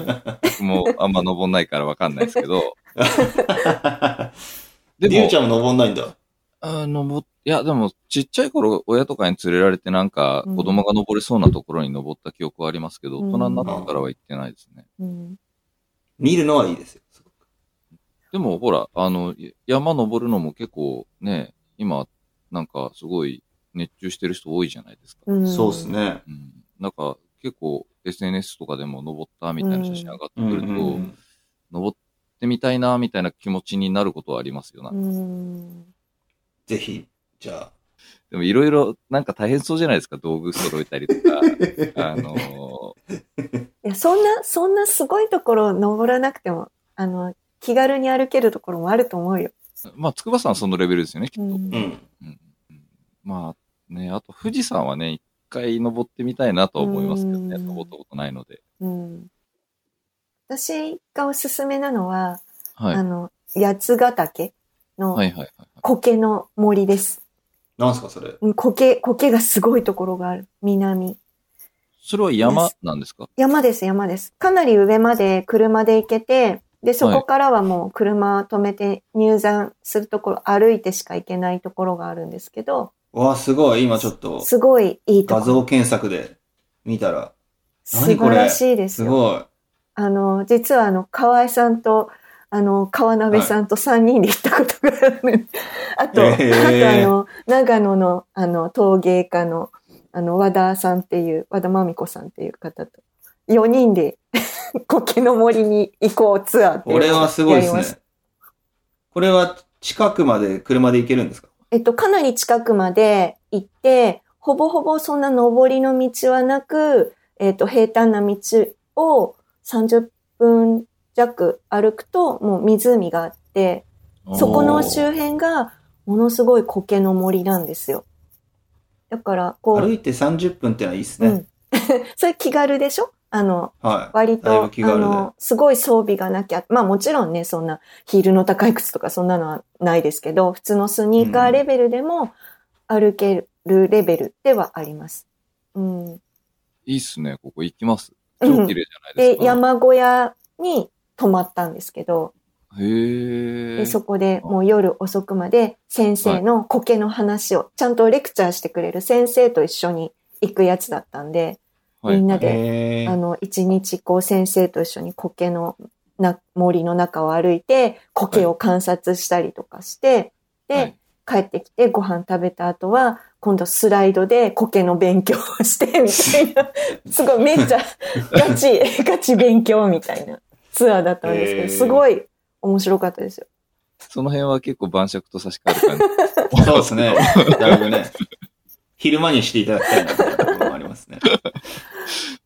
Speaker 1: もあんま登んないからわかんないですけ ど。
Speaker 2: よ。
Speaker 1: で
Speaker 2: りゅ
Speaker 1: も
Speaker 2: うち、ゃんも登んないんだ。
Speaker 1: あ登っいや、でも、ちっちゃい頃、親とかに連れられてなんか、
Speaker 3: うん
Speaker 1: 子供が登れそうなところに登った記憶はありますけど、
Speaker 3: うん
Speaker 1: 大人になってからは行ってないですね。
Speaker 3: うん
Speaker 2: 見るのはいいですよ。すごく
Speaker 1: でも、ほら、あの、や山登るのも結構ね、今、なんか、すごい、熱中してる人多いじゃないですか。
Speaker 3: うん
Speaker 2: そうです。ね。
Speaker 1: うん。なんか、結構、SNS とかでも登ったみたいな写真上がってくると、
Speaker 2: うんうん
Speaker 1: 登ってみたいな、みたいな気持ちになることはありますよな。
Speaker 3: うん。
Speaker 2: ぜひ、じゃ
Speaker 1: でもいろいろなんか大変そうじゃないですか、道具揃えたりと か。あの
Speaker 3: いや、そんな、そんなすごいところ登らなくても、あの、気軽に歩けるところもあると思うよ。
Speaker 1: ーまあ、筑波山はそのレベルですよね、きっと。
Speaker 3: う
Speaker 1: うん
Speaker 3: ん
Speaker 2: あ。うん。
Speaker 1: まあね、あと富士山はね、一回登ってみたいなとは思いますけどね、
Speaker 3: うん
Speaker 1: 登ったことないので。
Speaker 3: うん。私がおすすめなのは、
Speaker 1: はい。
Speaker 3: あ
Speaker 1: はい
Speaker 3: の、八ヶ岳
Speaker 1: は
Speaker 3: の
Speaker 1: いはいはい。
Speaker 3: 苔の森です。
Speaker 2: なんすか、それ。
Speaker 3: うん苔、苔がすごいところがある。南。
Speaker 1: それは山なんですか
Speaker 3: 山です、山です。かなり上まで車で行けて、で、そこからはもう車止めて入山するところ、歩いてしか行けないところがあるんですけど、
Speaker 2: わあ、すごい。今ちょっと、
Speaker 3: すごいいいと
Speaker 2: 画
Speaker 3: ころ。
Speaker 2: 像検索で見たら、
Speaker 3: 素晴らしいです
Speaker 2: す
Speaker 3: よ。
Speaker 2: ごい。
Speaker 3: あの、実はあの、河合さんと、あの、川鍋さんと3人で行ったことがある。あと、
Speaker 2: えー
Speaker 3: あとあの、長野の、あの、陶芸家の、あの、和田さんっていう、和田真美子さんっていう方と、4人で、苔の森に行こうツアーっていう
Speaker 2: これはすごいで
Speaker 3: やります
Speaker 2: ね。これは近くまで車で行けるんですか
Speaker 3: えっと、かなり近くまで行って、ほぼほぼそんな上りの道はなく、えっと、平坦な道を30分弱歩くと、もう湖があって、そこの周辺がものすごい苔の森なんですよ。だから、こ
Speaker 2: 歩
Speaker 3: う、
Speaker 2: いて30分ってのはいいです
Speaker 3: う
Speaker 2: ね。
Speaker 3: ん。 それ気軽でしょあの、
Speaker 2: はい。
Speaker 3: 割
Speaker 2: だい
Speaker 3: と、
Speaker 2: ぶ
Speaker 3: あ
Speaker 2: 気軽で
Speaker 3: の、すごい装備がなきゃ、まあもちろんね、そんなヒールの高い靴とかそんなのはないですけど、普通のスニーカーレベルでも歩けるレベルではあります。うん。
Speaker 1: いいっすね、ここ行きます。
Speaker 3: う
Speaker 1: 超
Speaker 3: ん
Speaker 1: 綺麗じゃないです
Speaker 3: で、
Speaker 1: か。
Speaker 3: 山小屋に泊まったんですけど、
Speaker 1: へ
Speaker 3: で
Speaker 1: え。
Speaker 3: そこでもう夜遅くまで先生の苔の話を、ちゃんとレクチャーしてくれる先生と一緒に行くやつだったんで、
Speaker 1: はい
Speaker 3: みんなで
Speaker 2: へ
Speaker 3: あ
Speaker 2: ー
Speaker 3: の、一日こう先生と一緒に苔のな森の中を歩いて、苔を観察したりとかして、
Speaker 1: はい
Speaker 3: で、帰ってきてご飯食べた後は、今度スライドで苔の勉強を して、みたいな。すごい、めっちゃガチ、ガチ勉強みたいなツアーだったんですけ
Speaker 2: へ
Speaker 3: ど、
Speaker 2: ー
Speaker 3: すごい面白かったですよ。
Speaker 1: その辺は結構晩酌と差し替 える感じ。
Speaker 2: そうですね。だいぶね。昼間にしていただきたいなっていうところもありますね。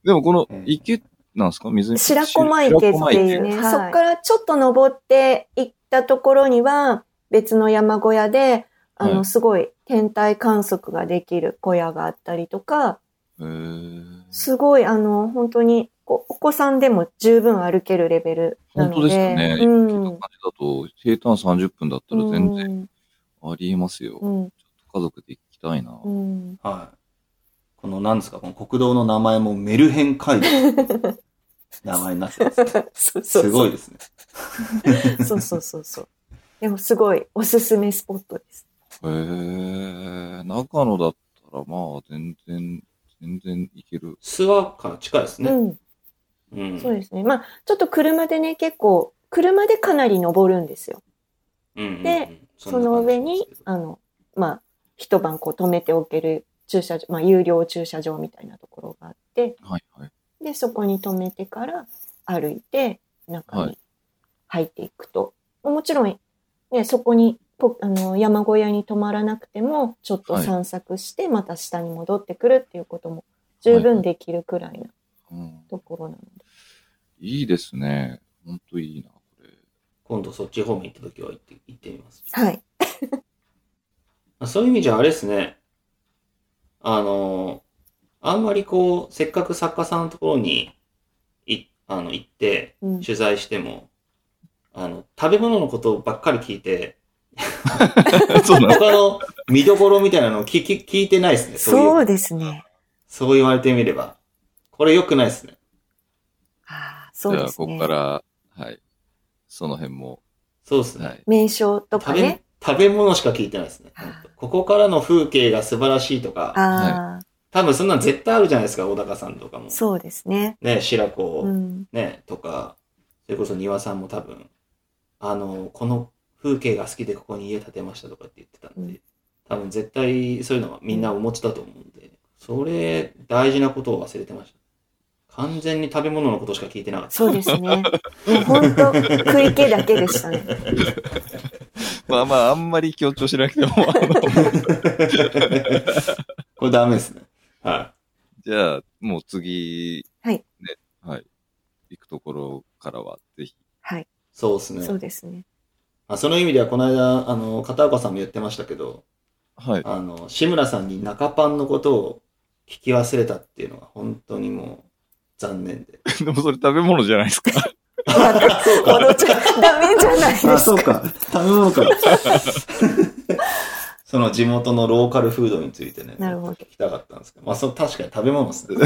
Speaker 1: でもこの
Speaker 2: うん
Speaker 1: 池なんですか水に。
Speaker 3: 白駒池って
Speaker 1: 白
Speaker 3: いうね、
Speaker 4: はい
Speaker 3: そっからちょっと登っていったところには、別の山小屋で、あ
Speaker 1: は
Speaker 3: の、
Speaker 1: い
Speaker 3: すごい天体観測ができる小屋があったりとか、
Speaker 1: へー
Speaker 3: すごい、あの、本当に、こうお子さんでも十分歩けるレベルな
Speaker 1: 本当
Speaker 3: ので。
Speaker 1: ですよね。聞
Speaker 3: う
Speaker 1: いた
Speaker 3: ん
Speaker 1: 感。じだと、平坦30分だったら全然ありえますよ。
Speaker 3: うん。
Speaker 1: 家族で行きたいな。
Speaker 3: うん。 うん
Speaker 2: はい。この、なんですか、この国道の名前もメルヘン街道っていう名前になってます。
Speaker 3: そうそうそう。
Speaker 2: すごいですね。
Speaker 3: そうそうそうそう。でもすごいおすすめスポットです。
Speaker 1: へえ、長野だったら、まあ、全然、全然行ける。
Speaker 2: 諏訪から近いです
Speaker 3: う
Speaker 2: ね。
Speaker 3: ん。
Speaker 2: うん。
Speaker 3: そうですね。まあ、ちょっと車でね、結構、車でかなり登るんですよ。
Speaker 2: うんうんうん
Speaker 3: で、
Speaker 2: ん
Speaker 3: そ
Speaker 2: な感じ
Speaker 3: の上に
Speaker 2: ですけ、ど
Speaker 3: あの、まあ、一晩こう止めておける駐車場、まあ、有料駐車場みたいなところがあって、
Speaker 1: はいはい。
Speaker 3: で、そこに止めてから歩いて、中
Speaker 1: は
Speaker 3: に入っていくと。もちろん、ね、そこに、ぽあの、山小屋に泊まらなくても、ちょっと
Speaker 1: はい
Speaker 3: 散策して、また下に戻ってくるっていうことも、十分できるくらいな
Speaker 1: うん、
Speaker 3: ところなので。
Speaker 1: いいですね。ほんといいな、これ。
Speaker 2: 今度そっち方面行った時は行って行ってみます。
Speaker 3: はい。
Speaker 2: まあそういう意味じゃあれですね。あの、あんまりこう、せっかく作家さんのところに、い、あの、行って、
Speaker 3: うん
Speaker 2: 取材しても、あの、食べ物のことばっかり聞いて、
Speaker 1: そうなん
Speaker 2: 他の見どころみたいなのを聞き、聞いてないですね。そういう
Speaker 3: そうですね。
Speaker 2: そう言われてみれば。これ良くないですね。
Speaker 3: ああ、そう
Speaker 1: じゃ
Speaker 3: で
Speaker 1: あ、
Speaker 3: す
Speaker 1: ここ
Speaker 3: ね
Speaker 1: か。ら、はい。その辺も、
Speaker 2: そうですね。
Speaker 1: はい。
Speaker 3: 名称とか
Speaker 2: 食べ
Speaker 3: ね。、
Speaker 2: 食べ物しか聞いてないですね。ほんとここからの風景が素晴らしいとか、
Speaker 3: ああ、
Speaker 2: 多分そんなん絶対あるじゃないですか、小高さんとかも。
Speaker 3: そうですね。
Speaker 2: ね、白子、
Speaker 3: うん。
Speaker 2: ね、とか、それこそ庭さんも多分、あの、この風景が好きでここに家建てましたとかって言ってたんで、
Speaker 3: うん
Speaker 2: 多分絶対そういうのはみんなお持ちだと思うんで、それ大事なことを忘れてました。完全に食べ物のことしか聞いてなかった。
Speaker 3: そうですね。もう本当、食い気だけでしたね。
Speaker 1: まあまあ、あんまり強調しなくても、あの、
Speaker 2: これダメですね。は
Speaker 1: じゃあ、もう次、
Speaker 3: はい
Speaker 1: ね、はい。行くところからは、ぜひ。
Speaker 3: はい。
Speaker 2: い。そうですね。
Speaker 3: そうですね。
Speaker 2: まあ、その意味ではこの間、あの、片岡さんも言ってましたけど、
Speaker 1: はい。
Speaker 2: あの、志村さんに中パンのことを聞き忘れたっていうのは本当にもう残念で。
Speaker 1: でもそれ食べ物じゃないです か。
Speaker 2: そうか。
Speaker 3: 踊っちゃダメじゃないですか。
Speaker 2: あ、そうか。食べ物 か。その地元のローカルフードについてね、
Speaker 3: なるほど
Speaker 2: 聞きたかったんですけど、まあ、そ確かに食べ物ですね。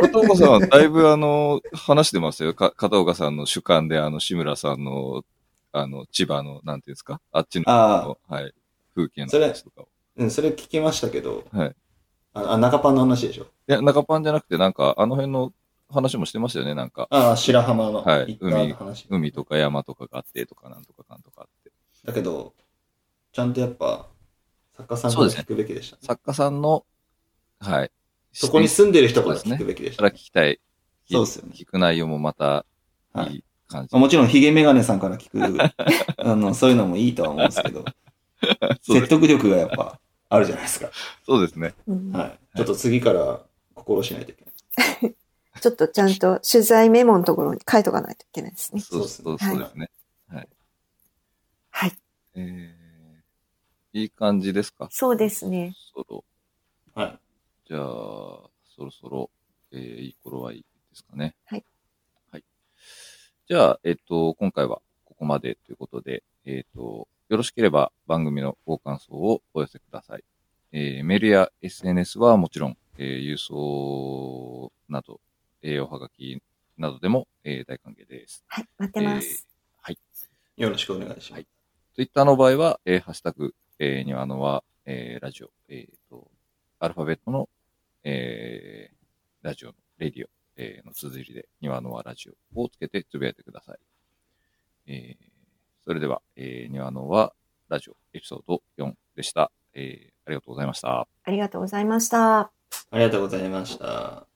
Speaker 1: 片岡さんはだいぶあの、話してますよ。か片岡さんの主観で、あの、志村さんの、あの、千葉の、なんていうんですか あっちの、
Speaker 2: あ
Speaker 1: はい。風景の話とかを。
Speaker 2: うん、それ聞きましたけど、
Speaker 1: はい
Speaker 2: あのあ、中パンの話でしょ。
Speaker 1: いや、中パンじゃなくて、なんか、あの辺の話もしてましたよね、なんか。
Speaker 2: ああ、白浜の
Speaker 1: はい
Speaker 2: 行った話。
Speaker 1: 海とか山とかがあって、とか、なんとかかんとかあって。
Speaker 2: だけど、ちゃんとやっぱ、作家さんか
Speaker 1: そう
Speaker 2: ら
Speaker 1: ですね
Speaker 2: 聞くべきでしたね、
Speaker 1: 作家さんの、はい。
Speaker 2: そこに住んでる人から
Speaker 1: そうですね
Speaker 2: 聞くべきでし
Speaker 1: か
Speaker 2: たね、
Speaker 1: ら聞きたい。聞
Speaker 2: そうですよね
Speaker 1: 聞く内容もまた、い
Speaker 2: はい
Speaker 1: い感じ。
Speaker 2: まあもちろん、ヒゲメガネさんから 聞く、あの、そういうのもいいとは思うんですけ
Speaker 1: そ
Speaker 2: ど、
Speaker 1: うで
Speaker 2: 説
Speaker 1: す
Speaker 2: 得力がやっぱあるじゃないですか。
Speaker 1: そうですね。
Speaker 3: うん
Speaker 2: はい。ちょっと次から心しないといけない。
Speaker 3: ちょっとちゃんと取材メモのところに書いとかないといけないですね。
Speaker 1: そう
Speaker 2: そ
Speaker 1: そうう
Speaker 2: ですね
Speaker 1: そうですね。
Speaker 3: はい。
Speaker 1: えー、いい感じですか
Speaker 3: そうですね。
Speaker 1: そろ
Speaker 2: はい。
Speaker 1: じゃあ、そろそろ、えー、いい頃はいいですかね。
Speaker 3: はい。
Speaker 1: はい。じゃあ、えっ、と、今回はここまでということで、えっ、と、よろしければ番組のご感想をお寄せください。えー、メールや SNS はもちろん、えー、郵送など、えー、おはがきなどでも、えー、大歓迎です。
Speaker 3: はい。待ってます。
Speaker 2: よろしくお願いしま
Speaker 1: はい。
Speaker 2: す
Speaker 1: ツイッターの場合は、えーハッシュタグ、えー、にわのは、えーラジオ、えーと、アルファベットの、えーラジオの、レディオ、えーの綴りで、にわのはラジオをつけてつぶやいてください。えーそれでは、えー、にわのはラジオエピソード4でした。えーありがとうございました。
Speaker 3: ありがとうございました。
Speaker 2: ありがとうございました。